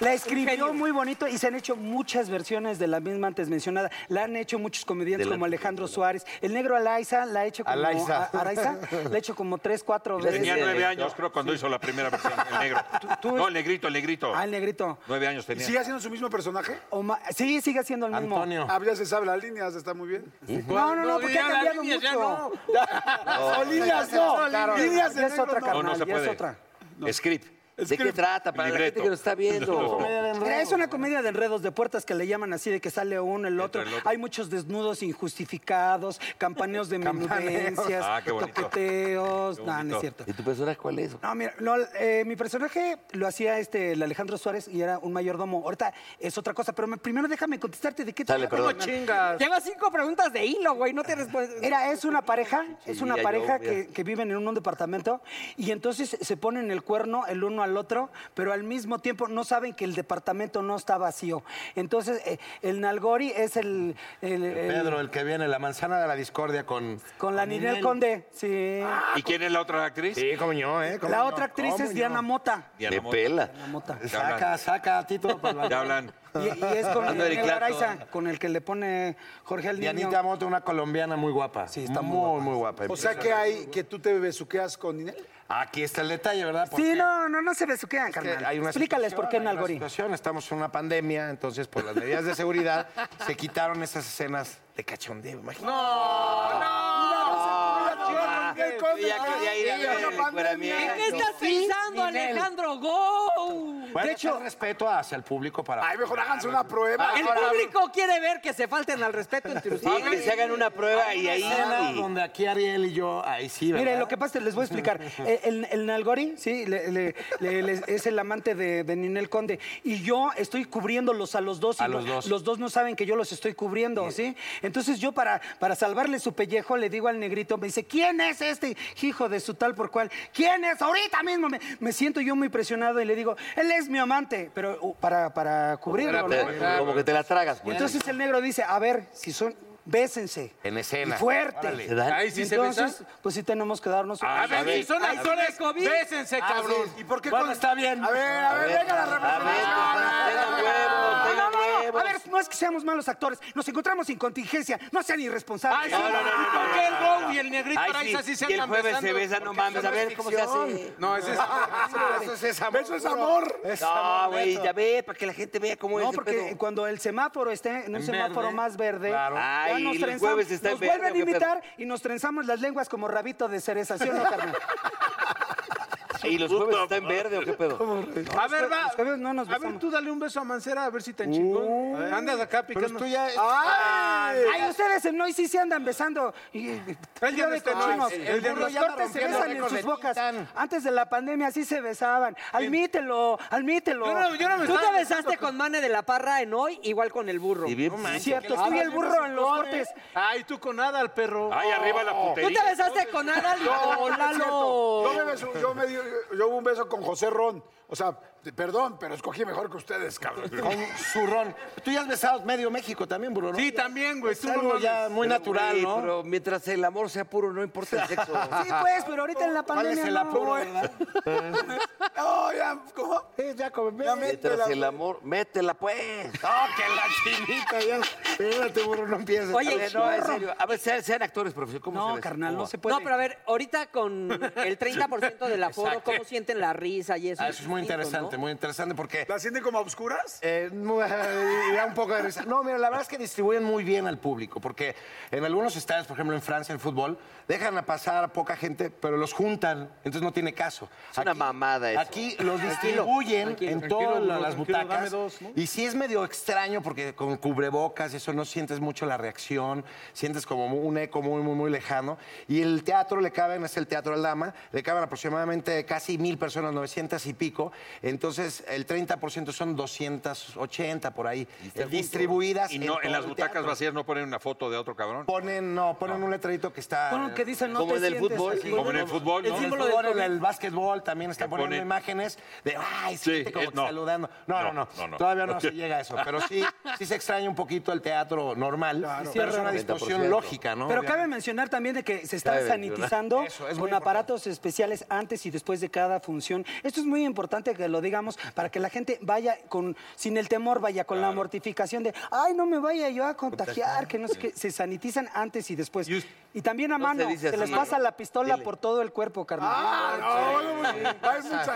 La escribió muy bonito y se han hecho muchas versiones de la misma antes mencionada. La han hecho muchos comediantes
De la-
como Alejandro Suárez. El negro Alaiza la ha hecho como...
Alaiza.
a- Araiza, la ha hecho como tres, cuatro veces.
Tenía
Ese
nueve
negrito.
años, creo, cuando hizo la primera versión, el negro.
tú-
No, el negrito, el negrito.
Ah, el negrito.
Nueve años
¿Y
tenía.
sigue haciendo su mismo personaje?
Oma- sí, sigue siendo el mismo.
Antonio.
Ah, ya se sabe las líneas, está muy bien.
No, no, no, porque
ya
ha
la
cambiado
línea ya
mucho.
no.
o líneas no, líneas de
Ya es
negro
otra,
no.
carnal,
No, no se
ya es
puede.
otra.
Script.
¿De qué trata? Para la gente
Libreto.
que nos está viendo.
Es una comedia de enredos, de puertas que le llaman así, de que sale uno, el otro.
el otro.
Hay muchos desnudos injustificados, campaneos de menudencias,
Ah, qué bonito.
toqueteos. No, no es cierto. Ah,
¿Y tu personaje cuál es?
No, mira, no, eh, mi personaje lo hacía este, el Alejandro Suárez y era un mayordomo. Ahorita es otra cosa, pero me- primero déjame contestarte de qué
Sale,
trata,
perdón.
carnal.
Lleva cinco preguntas de hilo, güey. No te respondes.
Era, es una pareja, es
Sí,
una
ya
pareja
yo, mira.
que, que viven en un departamento y entonces se ponen el cuerno el uno al otro, pero al mismo tiempo no saben que el departamento no está vacío. Entonces, eh, el Nalgori es el... el- el-
Pedro, el que viene, la manzana de la discordia con...
Eh, con la Ninel Conde, sí.
Eh,
¿Y quién es la otra actriz?
Sí, como yo, ¿eh?
la otra actriz es Diana
Mota.
Mota.
Diana
De
Mota.
pela.
Diana Mota.
Ya hablan.
Saca, saca, Tito. para el
Ya
balcón.
hablan.
Y, y es con
Ando
el,
Eric
el
Clapton.
Araiza, con el que le pone Jorge al
Y
niño.
Anita Moto, una colombiana muy guapa. Sí, está muy, muy guapa.
O sea que hay que tú te besuqueas con Ninel.
Aquí está el detalle, ¿verdad? ¿Por
Sí,
qué?
no, no, no se besuquean,
Es que
carnal.
hay una
Explícales por qué
situación, hay
en
una
Algoritmo.
situación, Estamos en una pandemia, entonces por las medidas de seguridad se quitaron esas escenas de cachondeo. Imagínate.
No, no.
¿En qué estás
pensando, Alejandro? ¡Go!
Bueno, de hecho, respeto hacia el público para. Ay, mejor háganse una prueba.
El público quiere ver que se falten al respeto entre ustedes.
Ah, que se hagan una prueba y ahí.
ahí-
Donde aquí Ariel y yo, ahí sí.
Mire,
¿verdad?
lo que pasa, les voy a explicar. Eh, El, el Nalgori, sí, le- le- le- le- es el amante de, de Ninel Conde. Y yo estoy cubriéndolos a los dos. y
A los dos.
Los dos no saben que yo los estoy cubriendo, ¿sí? Entonces yo para, para salvarle su pellejo le digo al negrito, me dice, ¿quién es este hijo de su tal por cual? ¿Quién es? Ahorita mismo me, me siento yo muy presionado y le digo, él es mi amante, pero uh, para, para cubrirlo, ¿no?
Te- Como que te la tragas, pues.
Entonces el negro dice, a ver, si son, bésense.
en
Y
escena.
fuerte.
Órale.
Y Entonces, pues sí tenemos que darnos.
A ver, si son
Ay,
actores,
sí, COVID.
bésense,
Ah,
cabrón.
sí.
¿Y
por qué
Bueno,
con-
está bien.
A ver, a ver, venga la
huevos,
representación.
tengan
No, no, no.
huevos.
A ver, no es que seamos malos actores. Nos encontramos sin contingencia. No sean irresponsables.
Ay, sí, No, no, no, no, no, ¿por qué el no, no, Go y el no. negrito Ay, Araiza sí sí, se y el andan jueves se besando? besan, no Porque mames, eso a no ver es cómo se ficción. hace. No, ese es-
Eso es amor. Eso es amor.
No, güey, ya ve, para que la gente vea cómo es.
No,
el
porque
pedo.
cuando el semáforo esté en un
En
semáforo
verde.
más verde,
Claro.
ya
Ay,
nos
el
trenzamos,
jueves está en
nos
verde,
vuelven a
¿o qué
invitar y nos trenzamos las lenguas como rabito de cereza, ¿sí o no, carnal?
Ah, ¿Y los jueves está en verde o qué pedo?
A ver, va.
Los jueves no nos
A ver, tú dale un beso a Mancera a ver si te enchingó. Andas acá
Pero
picando.
tú ya- ¡Ay! Ay, ustedes en Noy sí se andan besando. Y-
Él ya
Yo
no
de
está en
cochinos.
Noy, sí.
El
Él ya
burro
no
y
está
Corte se
rompiendo
besan en
récords
sus
de
bocas. Antes de la pandemia sí se besaban. Admítelo, admítelo.
Yo no- yo no me
Tú
estaba
te
besando
besaste
con- con Mane de la Parra en hoy, igual con el burro.
Y bien- No manches, Cierto, qué tú y el bárbaro. burro en los cortes.
Ay, tú con nada al perro.
Ay, arriba la
putería. ¿Tú te besaste con Adal y con
no es
Lalo?
cierto. Yo, me beso- yo me di- yo hubo un beso con José Ron. O sea, te- perdón, pero escogí mejor que ustedes, cabrón.
Con su ron. Tú ya has besado medio México también, Bruno.
Sí, también, güey.
Es algo ya muy
Pero,
natural,
güey,
¿no?
Pero mientras el amor sea puro, no importa el sexo.
Sí, pues, pero ahorita en la
¿Cuál
pandemia
es el
no.
apuro, verdad?
No, ya, ¿cómo? Eh, Ya, come- ya
Mientras el
métela.
amor, métela pues.
¡Oh, que la chinita! Ya. Espérate, burro, no empieces.
Oye, no, en serio. A ver, sean, sean actores, profesor. ¿cómo se
No,
besa?
carnal,
¿Cómo
no
va?
se puede. No, pero a ver, ahorita con el 30% del aforo,
Exacto.
¿cómo sienten la risa y eso?
Ah, eso es
distinto,
muy interesante,
¿no?
muy interesante porque...
¿La sienten como a oscuras?
Eh, no, da un poco de risa. No, mira, la verdad es que distribuyen muy bien al público, porque en algunos estadios, por ejemplo en Francia, el fútbol, dejan a pasar a poca gente, pero los juntan, entonces no tiene caso. Es una mamada
eso.
Aquí los
Tranquilo,
distribuyen
tranquilo.
en
Tranquilo,
todas
bro,
las
tranquilo, dame
butacas.
dos, ¿no?
Y sí es medio extraño porque con cubrebocas, eso no sientes mucho la reacción, sientes como mu- un eco muy, muy, muy lejano. Y el teatro le caben, es el Teatro del Dama, le caben aproximadamente casi mil personas, 900 y pico. Entonces el 30% son 280 por ahí, eh, distribuidas.
Y no, en,
todo
las
el
butacas
teatro.
vacías no ponen una foto de otro cabrón.
Ponen, no, ponen un letrerito que está.
Ponen que dice, no Como te en el sientes fútbol. así. Como en el fútbol,
El
¿no?
símbolo
El
del
fútbol,
fútbol,
en
en el básquetbol también están
Que
poniendo
ponen-
imágenes de, ay,
Sí,
siente como
es-
te
no.
saludando. No, no,
No,
no,
no, no.
Todavía no se llega a eso. Pero sí, sí se extraña un poquito el teatro normal. Pero es una distorsión
30%.
lógica, ¿no?
Pero
Obviamente.
cabe mencionar también de que se están
Cabe mencionar.
sanitizando
Eso, es muy
con aparatos especiales antes y después de cada función. Esto es muy importante que lo digamos para que la gente vaya con sin el temor, vaya con la mortificación de, ay, no me vaya yo a contagiar, que no sé qué. Se sanitizan antes y después. Y, también a
No
mano,
se dice
se les
así,
pasa
¿no?
la pistola
Dile.
por todo el cuerpo, carnal.
Ah,
hay mucha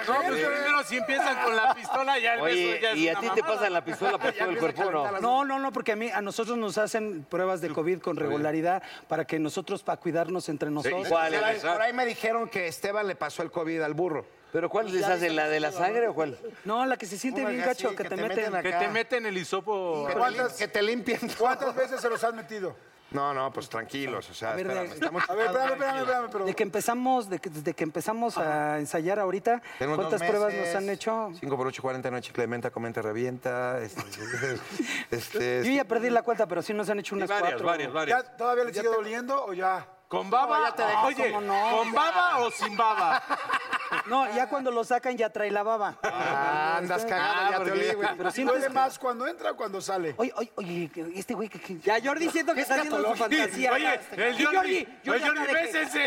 No, pues primero si empiezan con la pistola, ya el
Oye,
beso ya es
¿y a
una
ti te
mamada.
pasan la pistola por
Ya
todo el
empieza a
cuerpo, no?
calentar las
No, no, no, porque a mí a nosotros nos hacen pruebas de COVID con regularidad para que nosotros para cuidarnos entre nosotros.
Por ahí- Por ahí me dijeron que Esteban le pasó el COVID al burro.
¿Pero cuál les hacen? ¿La de la sangre o cuál?
No, la que se siente
Una
bien
que
gacho,
así,
que,
que
te,
te
meten,
meten
Que te meten el hisopo.
¿Cuántas,
que te limpien.
¿Cuántas veces se los han metido?
No, no, pues tranquilos, o sea,
ver,
espérame,
de-
estamos-
A ver, espérame, espérame, espérame. Pero...
De que empezamos, de que, desde que empezamos a ensayar ahorita,
Tenemos dos
¿cuántas pruebas nos
meses,
han hecho?
5 por 8, 40 noche, Clementa, comenta, revienta. Este, este,
Yo ya perdí la cuenta, pero sí nos han hecho unas cuatro.
¿Ya ¿Todavía le sigue doliendo o ya?
¿Con baba?
No, ya te dejo,
Oye,
¿cómo no?
¿con baba o sin baba?
No, ya cuando lo sacan ya trae la baba.
Ah, andas cagado, ya te olí, güey.
Pero sí
Duele
andas-
más cuando entra o cuando sale.
Oye, oye, oye, este güey que... que-
Ya Jordi siento que
Es
está haciendo su
catológico.
fantasía.
Oye, el
Sí,
Jordi,
Jordi
el Jordi,
acá de que-
bésense.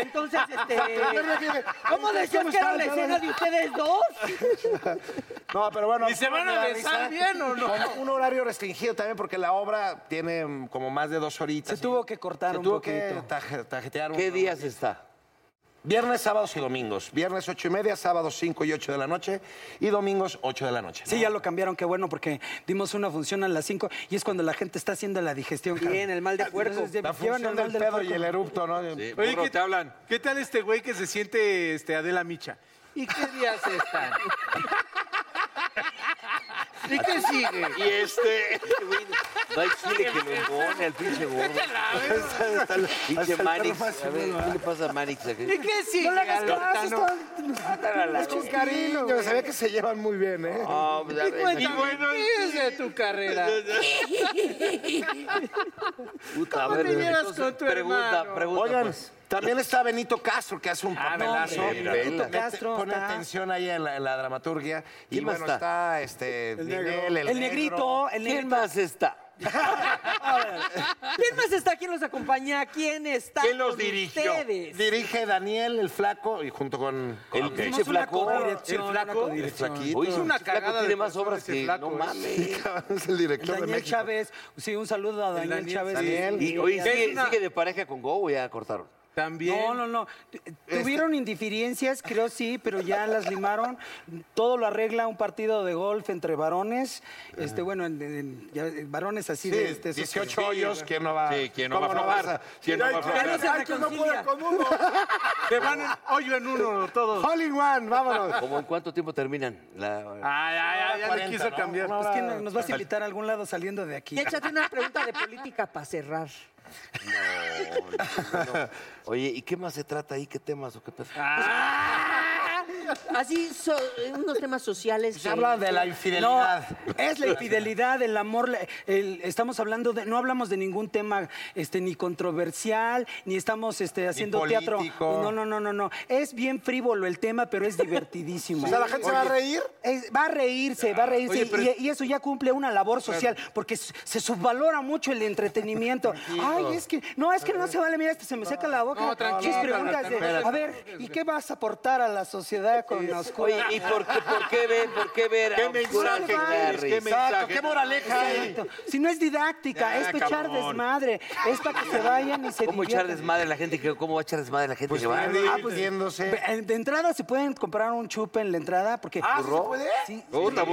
Entonces, este...
Jordi, dime,
¿Cómo
¿cómo
decías que era
están?
la escena de ustedes dos?
No, pero bueno.
¿Y se van a
vamos revisar
besar bien o no?
con Un horario restringido también porque la obra tiene mm, como más de dos horitas. Se tuvo
que cortar
un tuvo que taje- tajetear un-
¿Qué días está?
Viernes, sábados y domingos. Viernes ocho y media, sábados 5 y 8 de la noche y domingos 8 de la noche.
Sí, ya lo cambiaron, qué bueno, porque dimos una función a las 5 y es cuando la gente está haciendo la digestión.
Bien, el mal de puerco. La función del pedo y el
erupto, ¿no?
Oye, ¿qué,
te
hablan? ¿Qué tal este güey que se siente este, Adela Micha? ¿Y qué días están? ¿Y qué sigue?
Y este. No hay chile que lo embone al pinche gordo. Está el Pinche
hasta el perro
Manix.
más
A ver,
seguro,
¿qué le pasa a Manix? aquí?
¿Y qué sigue?
No le hagas caso,
está...
la
Es con
chiquillo,
cariño.
Yo sabía que se llevan muy bien, ¿eh?
No, pues, a ver,
Cuéntame,
y bueno,
¿qué es de
tu carrera?
Puta,
¿Cómo a ver, te llevas entonces,
con tu pregunta, hermano? pregunta,
Oigan,
pues.
también está Benito Castro, que hace un papelazo.
Benito, Ah, mira. Benito
Mete-
Castro
Pone
está.
atención ahí en la, en la dramaturgia. Y
¿Quién más
bueno, está
está?
este,
El
Ninel,
negro.
el,
El negrito, el ¿Quién más está?
¿Quién más está? ¿Quién los acompaña? ¿Quién está
¿Quién los
con
dirigió?
ustedes?
Dirige Daniel, el flaco, y junto con... con-
El pinche flaco.
El flaco. El flaquito.
Hoy hizo una cagada. Tiene
de
más obras
personas,
que.
ese flaco,
No
¿eh?
mames.
Sí, cabrón, es el director de
Daniel
México.
Chávez, sí, un saludo a Daniel, Chávez.
Y hoy sigue, sigue de pareja con Go o ya cortaron.
También.
No, no, no.
Este
Tuvieron indiferencias, creo sí, pero ya las limaron. Todo lo arregla un partido de golf entre varones. Este, bueno, en- en- ya, eh, varones
Sí,
así de este, esos-
18 hoyos, ¿quién no va?
Sí, ¿quién no va a
¿Cómo
aflojar?
vas
¿Quién no va a aflojar?
Ay, tú no puedes con uno.
Te van hoyo en uno todos.
All in one, vámonos.
¿Cómo en cuánto tiempo terminan? La...
Ay, ay, ay, ya le
40,
quiso
¿no?
cambiar.
Pues que no- nos vas a invitar a algún lado saliendo de aquí.
Y échate una pregunta de política para cerrar.
Oh, Oye, ¿y qué más se trata ahí? ¿Qué temas o qué pedo?
Ah, Así, so- unos temas sociales.
Se habla de la
No, es la infidelidad, el amor. la- el- estamos hablando de, no hablamos de ningún tema, este, ni controversial, ni estamos, este, haciendo teatro.
político.
No, no, no, no, no. Es bien frívolo el tema, pero es divertidísimo.
O sea, ¿la gente se va a
Oye,
reír?
es- va a reírse, va a reírse.
Oye, pero-
y, y eso ya cumple una labor social, porque s- se subvalora mucho el entretenimiento. Ay, es que, no, es que no se vale, mira, hasta se me seca la boca.
No, tranquilo,
Chis, preguntas de,
espérate.
a ver, ¿y qué vas a aportar a la sociedad con los
Pues, Oye, ¿y por qué, por qué ver? ¿Por qué ver?
¿Qué
a oscuras
mensaje,
a
Chris?
Harry?
¿Qué
Exacto,
mensaje?
¿Qué moraleja hay?
Exacto. Si no es didáctica,
Ya,
es para echar
cabrón.
desmadre, es para que se vayan y se
¿Cómo echar
diviertan.
desmadre a la gente? que- ¿Cómo va a echar desmadre a la gente que va?
Ah, pues, en- De entrada se pueden comprar un chupe en la entrada porque
Ah, ¿sí se puede?
Sí.
¿Lo puedes-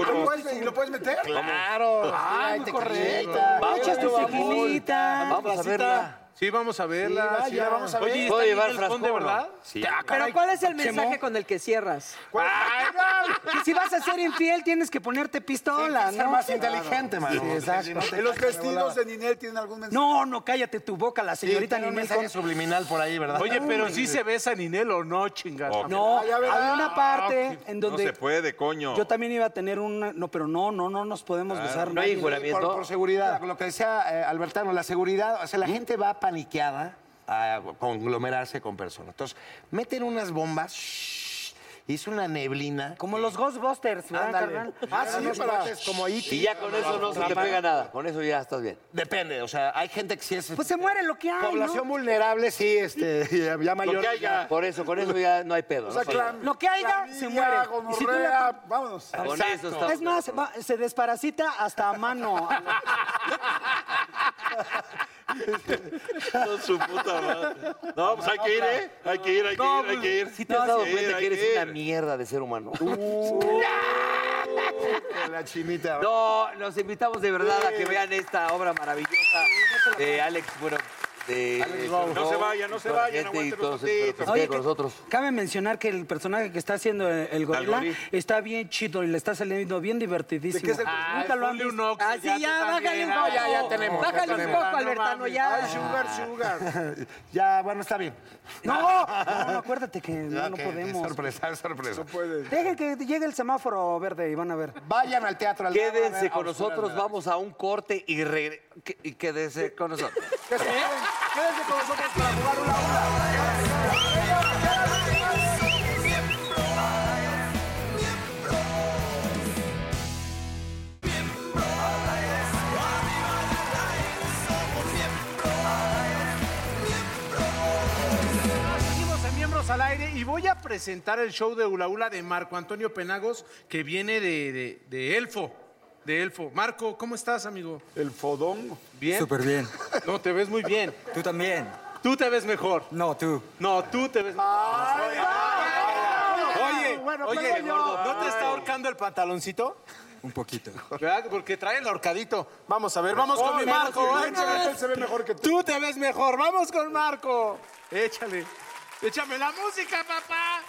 ¿Y lo puedes meter?
Claro.
Ay, te correcta.
Vamos,
Echas tu
vamos.
tequilita.
Vamos a verla.
Sí, vamos a verla.
Sí, vaya, vamos a
Oye,
ver.
¿y
¿Puedo
está
llevar
Ninel Conde,
frasco o no?
verdad?
Sí.
Ah,
Pero
caray,
¿cuál es el
quemó.
mensaje con el que cierras?
Que Ah, si vas a ser infiel tienes que ponerte pistola,
ser
¿no?
más inteligente, mano.
Sí, exacto.
¿En los vestidos de Ninel tienen algún mensaje?
No, no, cállate tu boca, la señorita
tiene un
Ninel
mensaje
Conde.
subliminal por ahí, ¿verdad?
Oye, pero sí se besa Ninel o no, chingas.
No,
ya verás.
había una
Ah,
parte en
No
donde
se puede, coño.
yo también iba a tener una... No, pero no, no, no nos podemos besar. nadie.
Por, por seguridad, lo que decía eh, Albertano, la seguridad, o sea, la gente va paniqueada a conglomerarse con personas. Entonces, meten unas bombas, shh, y es una neblina.
Como los Ghostbusters, ¿verdad,
Ándale.
carnal?
Ah, sí,
Unos
para-
cuates
como E.T..
Y ya con eso no se te pega nada. Con eso ya estás bien.
Depende, o sea, hay gente que sí es... este,
Pues se muere lo que hay, ¿no?
población vulnerable, sí, este, ya, ya mayor.
que haya. Por eso, con eso ya no hay pedo.
O sea,
no pasa
clam-
nada.
Lo que haya, se
clamidia,
muere. Y si tú le-
gonorrea,
pues,
vámonos.
Con eso estamos.
Es más, va- se desparasita hasta a mano.
Con su puta madre. No, pues hay que ir, ¿eh? Hay que ir, hay que
No,
ir, hay
pues,
que ir.
¿Sí te has dado
Sí,
cuenta
hay
que Uh, eres
que
una
ir.
mierda de ser humano?
La chinita.
No, los invitamos de verdad a que vean esta obra maravillosa de Alex, bueno, de...
Alex Go.
No se vayan, no se vayan, aguántenos tantito.
Oye, con nosotros.
Cabe mencionar que el personaje que está haciendo el, el gorila
Dalgori.
está bien chido y le está saliendo bien divertidísimo.
¿De qué es el
Ay,
"Ah, Nunca lo han
Ah, ponle un
visto.
Oxxo,
Así ya,
tú también.
bájale un
Ah,
poco.
ya, ya tenemos, ya
Bájale un
tenemos.
poco,
No
Albertano,
mames.
Ay,
ya.
sugar, sugar.
Ya, bueno, está bien. Ah.
No, no, no, acuérdate que no,
Ya,
no
que- que
podemos.
Sorpresa, sorpresa.
No puedes.
Dejen que llegue el semáforo verde y van a ver.
Vayan al teatro. al Dama, a
Quédense
ver,
con
a oscuras,
nosotros,
nada.
vamos a un corte y regre- que- Y quédense con nosotros.
¿Eh?
Que se queden. Quédense con nosotros para jugar una hora.
Siempre.
estamos al aire y voy a presentar el show de Hula Hula de Marco Antonio Penagos, que viene de, de- de Elfo. De Elfo. Marco, ¿cómo estás, amigo?
El fodón.
Bien.
Súper bien.
No, te ves muy bien.
Tú también.
Tú te ves mejor.
No, tú.
No, tú te ves Oye,
pues,
oye, gordo, ¿no te está ahorcando el pantaloncito?
Un poquito.
¿Verdad? Porque trae el ahorcadito. Vamos a ver, vamos con
Oh,
mi
menos
Marco.
que
¿eh?
Marco, él se ve mejor que
tú. te ves mejor. Vamos con Marco. Échale. Échame la música, papá.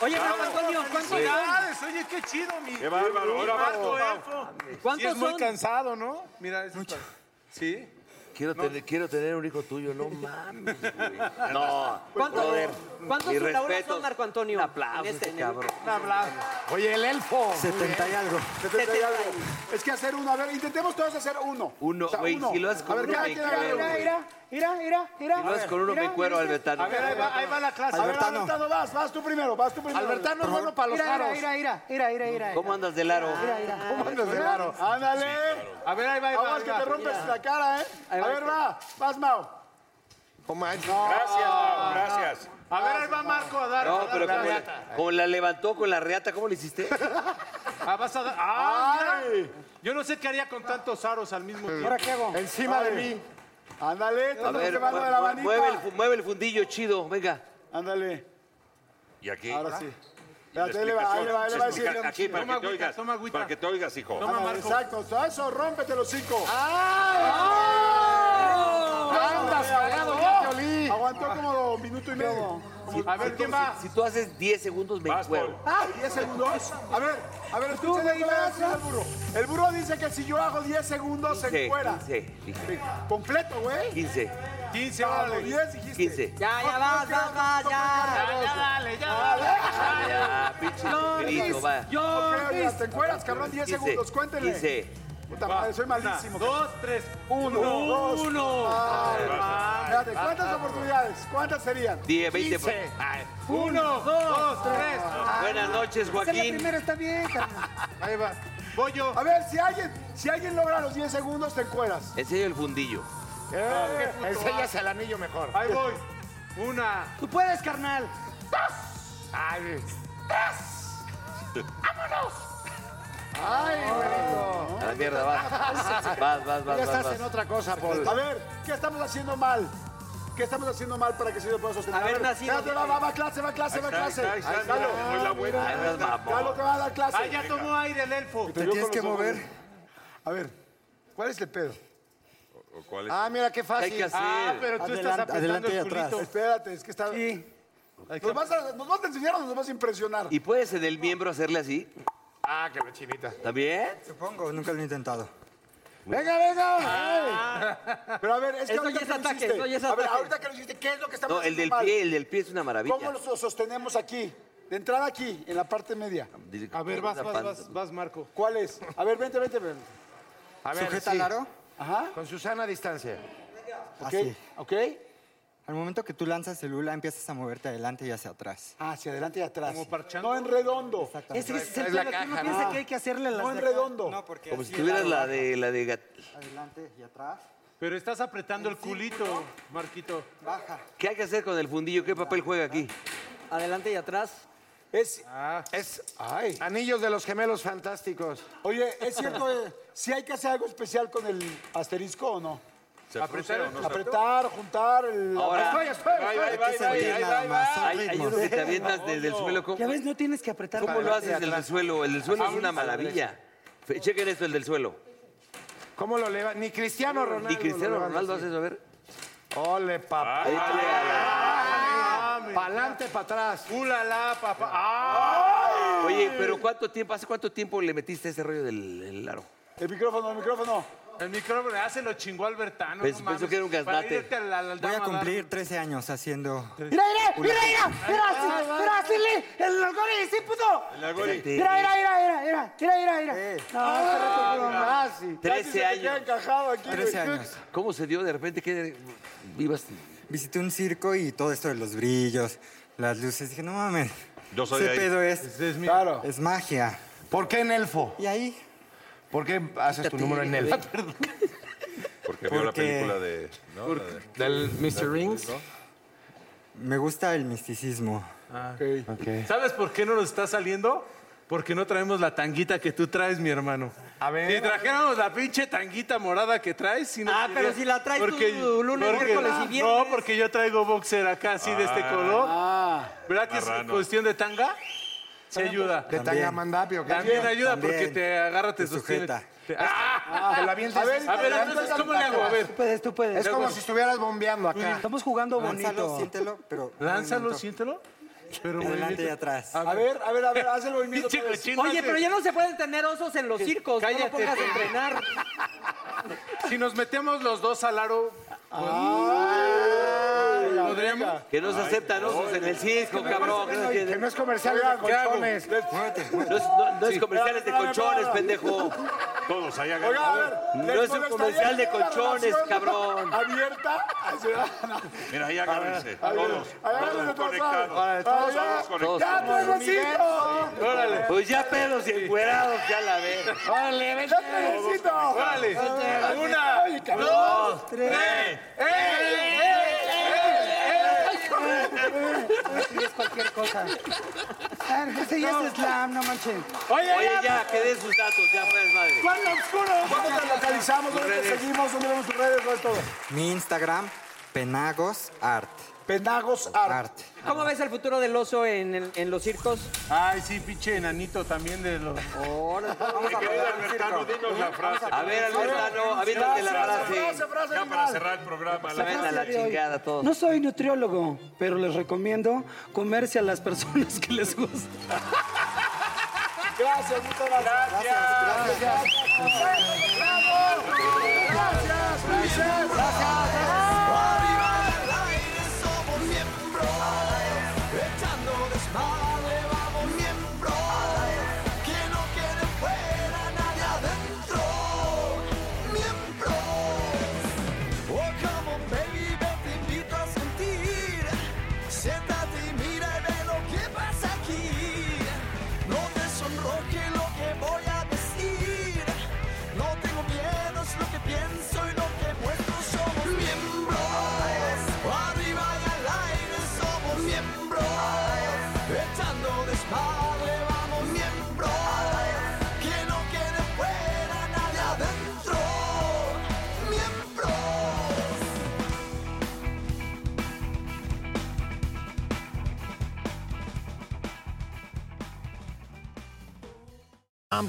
Oye, Marco Antonio, ¿cuánto
¡Felicidades! Oye, qué chido, mi.
Qué bárbaro. Ahora,
Marco,
Marco,
Elfo.
¿Cuántos
Sí, es muy
son?
cansado, ¿no? Mira, es Sí.
Quiero, tener, quiero tener un hijo tuyo, no mames, güey.
No. ¿Cuánto-
brother,
¿Cuántos
mis
Hula Hula
respetos.
son, Marco Antonio? Un aplauso,
este,
cabrón.
Oye, el elfo.
70 y algo.
70 y algo. Es que hacer uno, a ver, intentemos todos hacer uno.
Uno,
O sea,
güey, si lo haces
A
con
ver,
uno,
cada
me
quien haga
cuero,
uno.
güey.
Mira, mira, mira.
Si lo haces con uno, me cuero, Albertano.
A ver, ahí va, ahí va la clase. A ver,
Albertano.
Albertano, vas, vas tú primero, vas tú primero.
Albertano es bueno
para
los
Mira, mira, mira, mira, mira, mira.
¿Cómo andas del aro?
¿Cómo andas de raro? Ándale.
A ver, ahí va, ahí va.
Aguas
ahí
que
va.
te rompes la cara, ¿eh? A
Ahí va,
ver,
ahí
va. Vas, Mao.
Gracias, Mau, gracias.
A ver, ahí va Marco a dar.
No,
a dar
pero
la
como,
reata.
como la levantó con la reata, ¿cómo le hiciste?
Ah, vas a dar. ¡Ah! mira! Yo no sé qué haría con tantos aros al mismo tiempo.
¿Ahora qué hago? Encima de mí. Ándale,
A ver,
se va
mue-
de la
mue- mueve, el,
manita.
fu- mueve el fundillo, chido, venga.
Ándale.
Y aquí.
Ahora sí.
La
Espérate, ahí le va, ahí le va, ahí le va a decir.
explica- Aquí, para que te oigas. Para que te oigas, hijo.
Ándale, Exacto, todo eso, rómpete los cinco.
Ah.
Andas cagado,
ya te olí. Aguantó como minuto y medio.
A ver, ¿quién va?
Si tú haces 10 segundos, me cuero.
Ah, 10 segundos. A ver, a ver, escuchen lo que le hace al burro. El burro dice que si yo hago 10 segundos se
Sí,
fuera.
15, dije,
Completo, güey.
15.
15,
Ah,
órale.
10 dijiste.
15.
Ya, ya vas, vas, vas, ya.
Ya, ya,
dale, ya.
Ah,
Ya, pinche grito, va.
Ok, ya, te encueras, cabrón, 10
15,
segundos, cuéntenle.
15.
Puta madre, soy malísimo.
Una, dos, tres,
uno, dos.
uno.
Ay,
Ay,
Espérate, ¿cuántas oportunidades? ¿Cuántas serían?
10, 20. por-
15.
Ay,
Uno, dos, tres.
Buenas noches, Joaquín.
está bien, carnal.
Ahí va. Voy yo.
A ver, si alguien, si alguien logra los 10 segundos, te encueras.
Enseño el fundillo.
Eh,
Enseñas el anillo mejor.
Ahí voy. Una.
Tú puedes, carnal.
Ay,
Ay, güey.
A la mierda, vas. Vas, vas,
ya
vas, vas.
estás
vas.
en otra cosa, Paul.
A ver, ¿qué estamos haciendo mal? ¿Qué ¿Qué estamos haciendo mal para que sí lo pueda sostener?
Haber
A ver,
nacido
espérate, va, va, va, clase, va, clase, va,
Ahí está,
clase.
ahí está, ahí está.
Lalo.
Muy la buena. Ahí nos vamos.
Lalo te va a dar clase.
Ah, ya tomó
aire el elfo.
Te tienes que mover.
A ver, ¿cuál es el pedo?
¿O cuál es?
Ah, mira qué fácil.
Hay que hacer. Ah, pero tú estás apretando
apretando
el culito.
Espérate, es que está. Sí. ¿Nos vas, a, ¿Nos vas a enseñar o nos vas a impresionar?
¿Y puedes en el miembro hacerle así?
Ah, que la chinita.
¿También?
Supongo, nunca lo he intentado.
¡Venga, venga! ey. Pero a ver, es que
Eso
ahorita
ya es
que lo
ataque,
hiciste.
eso ya es
A ver,
ataque.
ahorita que lo hiciste, ¿qué es lo que estamos
No, el
haciendo
del
mal?
pie, el del pie es una maravilla.
¿Cómo lo sostenemos aquí? De entrada aquí, en la parte media.
Dile que
A ver, vas,
una
vas,
panza.
vas, vas, Marco. ¿Cuál es? A ver, vente, vente, vente.
A ver,
Sujeta
sí.
al aro.
Ajá.
Con Susana a distancia.
Ok,
ok.
Al momento que tú lanzas el hula, empiezas a moverte adelante y hacia atrás.
Ah, hacia adelante y atrás. Como parchando. No en redondo.
Ese es el Es la pedo, que uno caja, piensa ¿no? que hay que hacerle las
No
de
en
acá.
redondo.
No, porque
Como si
así
tuvieras
abajo.
la de, la de gat-
Adelante y atrás.
Pero estás apretando el culito, Marquito.
Baja.
¿Qué hay que hacer con el fundillo? ¿Qué papel juega aquí?
Adelante y atrás.
Es,
es Ah. anillos de los gemelos fantásticos.
Oye, ¿es cierto
eh,
si hay que hacer algo especial con el asterisco o no?
¿Se apretar
apretar,
o no se
apretar, juntar. El...
Ahora-
Estoy, estoy,
Ahí va, ahí
estoy.
va, ahí va, ahí va, ahí va, ahí va. Hay- hay uno que te avientas desde el suelo. ¿Cómo,
Ya ves, no tienes que apretar.
cómo
para
lo
adelante y
haces el del
atrás.
suelo? El del suelo es
Ahorita.
una maravilla. Fe- Chequen esto, el del suelo.
¿Cómo lo levanta? Ni Cristiano Ronaldo.
Y Cristiano
lo levanta
Ronaldo
así.
hace eso, a ver.
Ole, papá.
Para
adelante, para atrás.
¡Ulala, papá! ¡Ay!
Oye, pero ¿cuánto tiempo, hace cuánto tiempo le metiste ese rollo del el aro?
El micrófono, el micrófono.
El micrófono, ya se lo chingó Albertano.
Pensó-
no mames.
pensó que era un gaznate.
Para irte a la- a la
Voy a
dama,
cumplir 13 años haciendo.
Mira, mira,
hula.
mira, mira, mira, así, mira, así, le- el alcohol sí, puto. Mira, mira, mira, mira, mira, mira, mira, mira. No, este
Ah.
rato fue más.
Casi.
Trece
Casi se te
años.
queda encajado aquí. güey.
13 años.
¿Cómo se dio de repente que vivas?
Visité un circo y todo esto de los brillos, las luces. Dije, no mames.
Yo soy
ese
de ahí.
pedo es,
Claro.
es magia.
¿Por qué en elfo?
Y ahí.
¿Por qué haces tu número en elfo?
Porque vio la
Porque-
película de. ¿no? La de-
Del Mr. Rings.
¿no?
Me gusta el misticismo.
Ah. ¿Sabes por qué no nos está saliendo? Porque no traemos la tanguita que tú traes, mi hermano. A ver. Si trajéramos la pinche tanguita morada que traes, si no
Ah,
sería-
pero si la traes tú lunes, miércoles y viernes.
No, porque yo traigo boxer acá así de este
Ah.
color. ¿Verdad que es
Marrano.
cuestión de tanga? Sí ayuda.
De tanga mandapio. ¿qué?
También ayuda
También.
porque te agarra, te sostiene.
sujeta.
Te- ¡Ah!
Te lo avientas.
A ver, a ver, entonces, ¿cómo le hago? A ver.
Tú puedes, tú puedes.
Es como si estuvieras bombeando acá.
Estamos jugando
Lánzalo,
bonito.
siéntelo, pero.
Lánzalo,
movimiento.
siéntelo. Pero
Adelante y
movimiento.
atrás.
A ver, a ver, a ver, haz el movimiento.
Pinche
otra vez.
cochino
Oye,
ese.
pero ya no se pueden tener osos en los circos.
Cállate.
No lo pongas a entrenar.
Si nos metemos los dos al aro, pues,
Ay, la
podríamos.
verga.
Que no se aceptan osos en el circo, cabrón. que no
Que
entienden.
no es comercial de
Oigan,
colchones.
No es, no- no es comerciales de
Espérame, espérame,
colchones, pendejo.
Todos Pues ahí agarran.
Oiga, a ver.
No
¿les
es un
molestaría
comercial de
que hubiera una
colchones,
relación
cabrón.
Abierta. ah, Ay, se da- no.
Mira, ahí agárrense.
A ver,
Todos.
a ver,
Todos
todos
conectados.
lados.
Todos
A ver,
somos
¡Ya,
conectados.
Pedrocito!
Órale.
Pues ya pedos y encuerados, ya la ves.
Órale, vete.
¡Ya, Pedrocito!
Órale.
Una, dos,
¡Eh!
Es cualquier cosa. A ver, ese ya es slam, no manches.
Oye, ya, que den sus datos, ya fue madre.
¡Cuál oscuro! ¿Dónde te localizamos? ¿Dónde te
Redes.
seguimos? ¿Dónde vemos tus redes? ¿Dónde es todo?
Mi Instagram, Penagos Art.
Penagos Art.
Art.
¿Cómo ves el futuro del oso en, el- en los circos?
Ay, sí, pinche enanito también de los.
Ahora vamos a
Querido
jugar un
Albertano,
circo.
dinos la frase.
A ver, Albertano, aviéntate la frase.
frase
Ya para cerrar el programa. la-
Vete a la chingada todo.
No soy nutriólogo, pero les recomiendo comerse a las personas que les gusta.
Gracias, muchas gracias. Gracias, gracias. Gracias, bravo. Gracias, gracias.
Oh, Siéntate y mira y ve lo que pasa aquí. No te sonroje lo que voy a decir. No tengo miedo, es lo que pienso y lo que muestro. Somos miembros.
I'm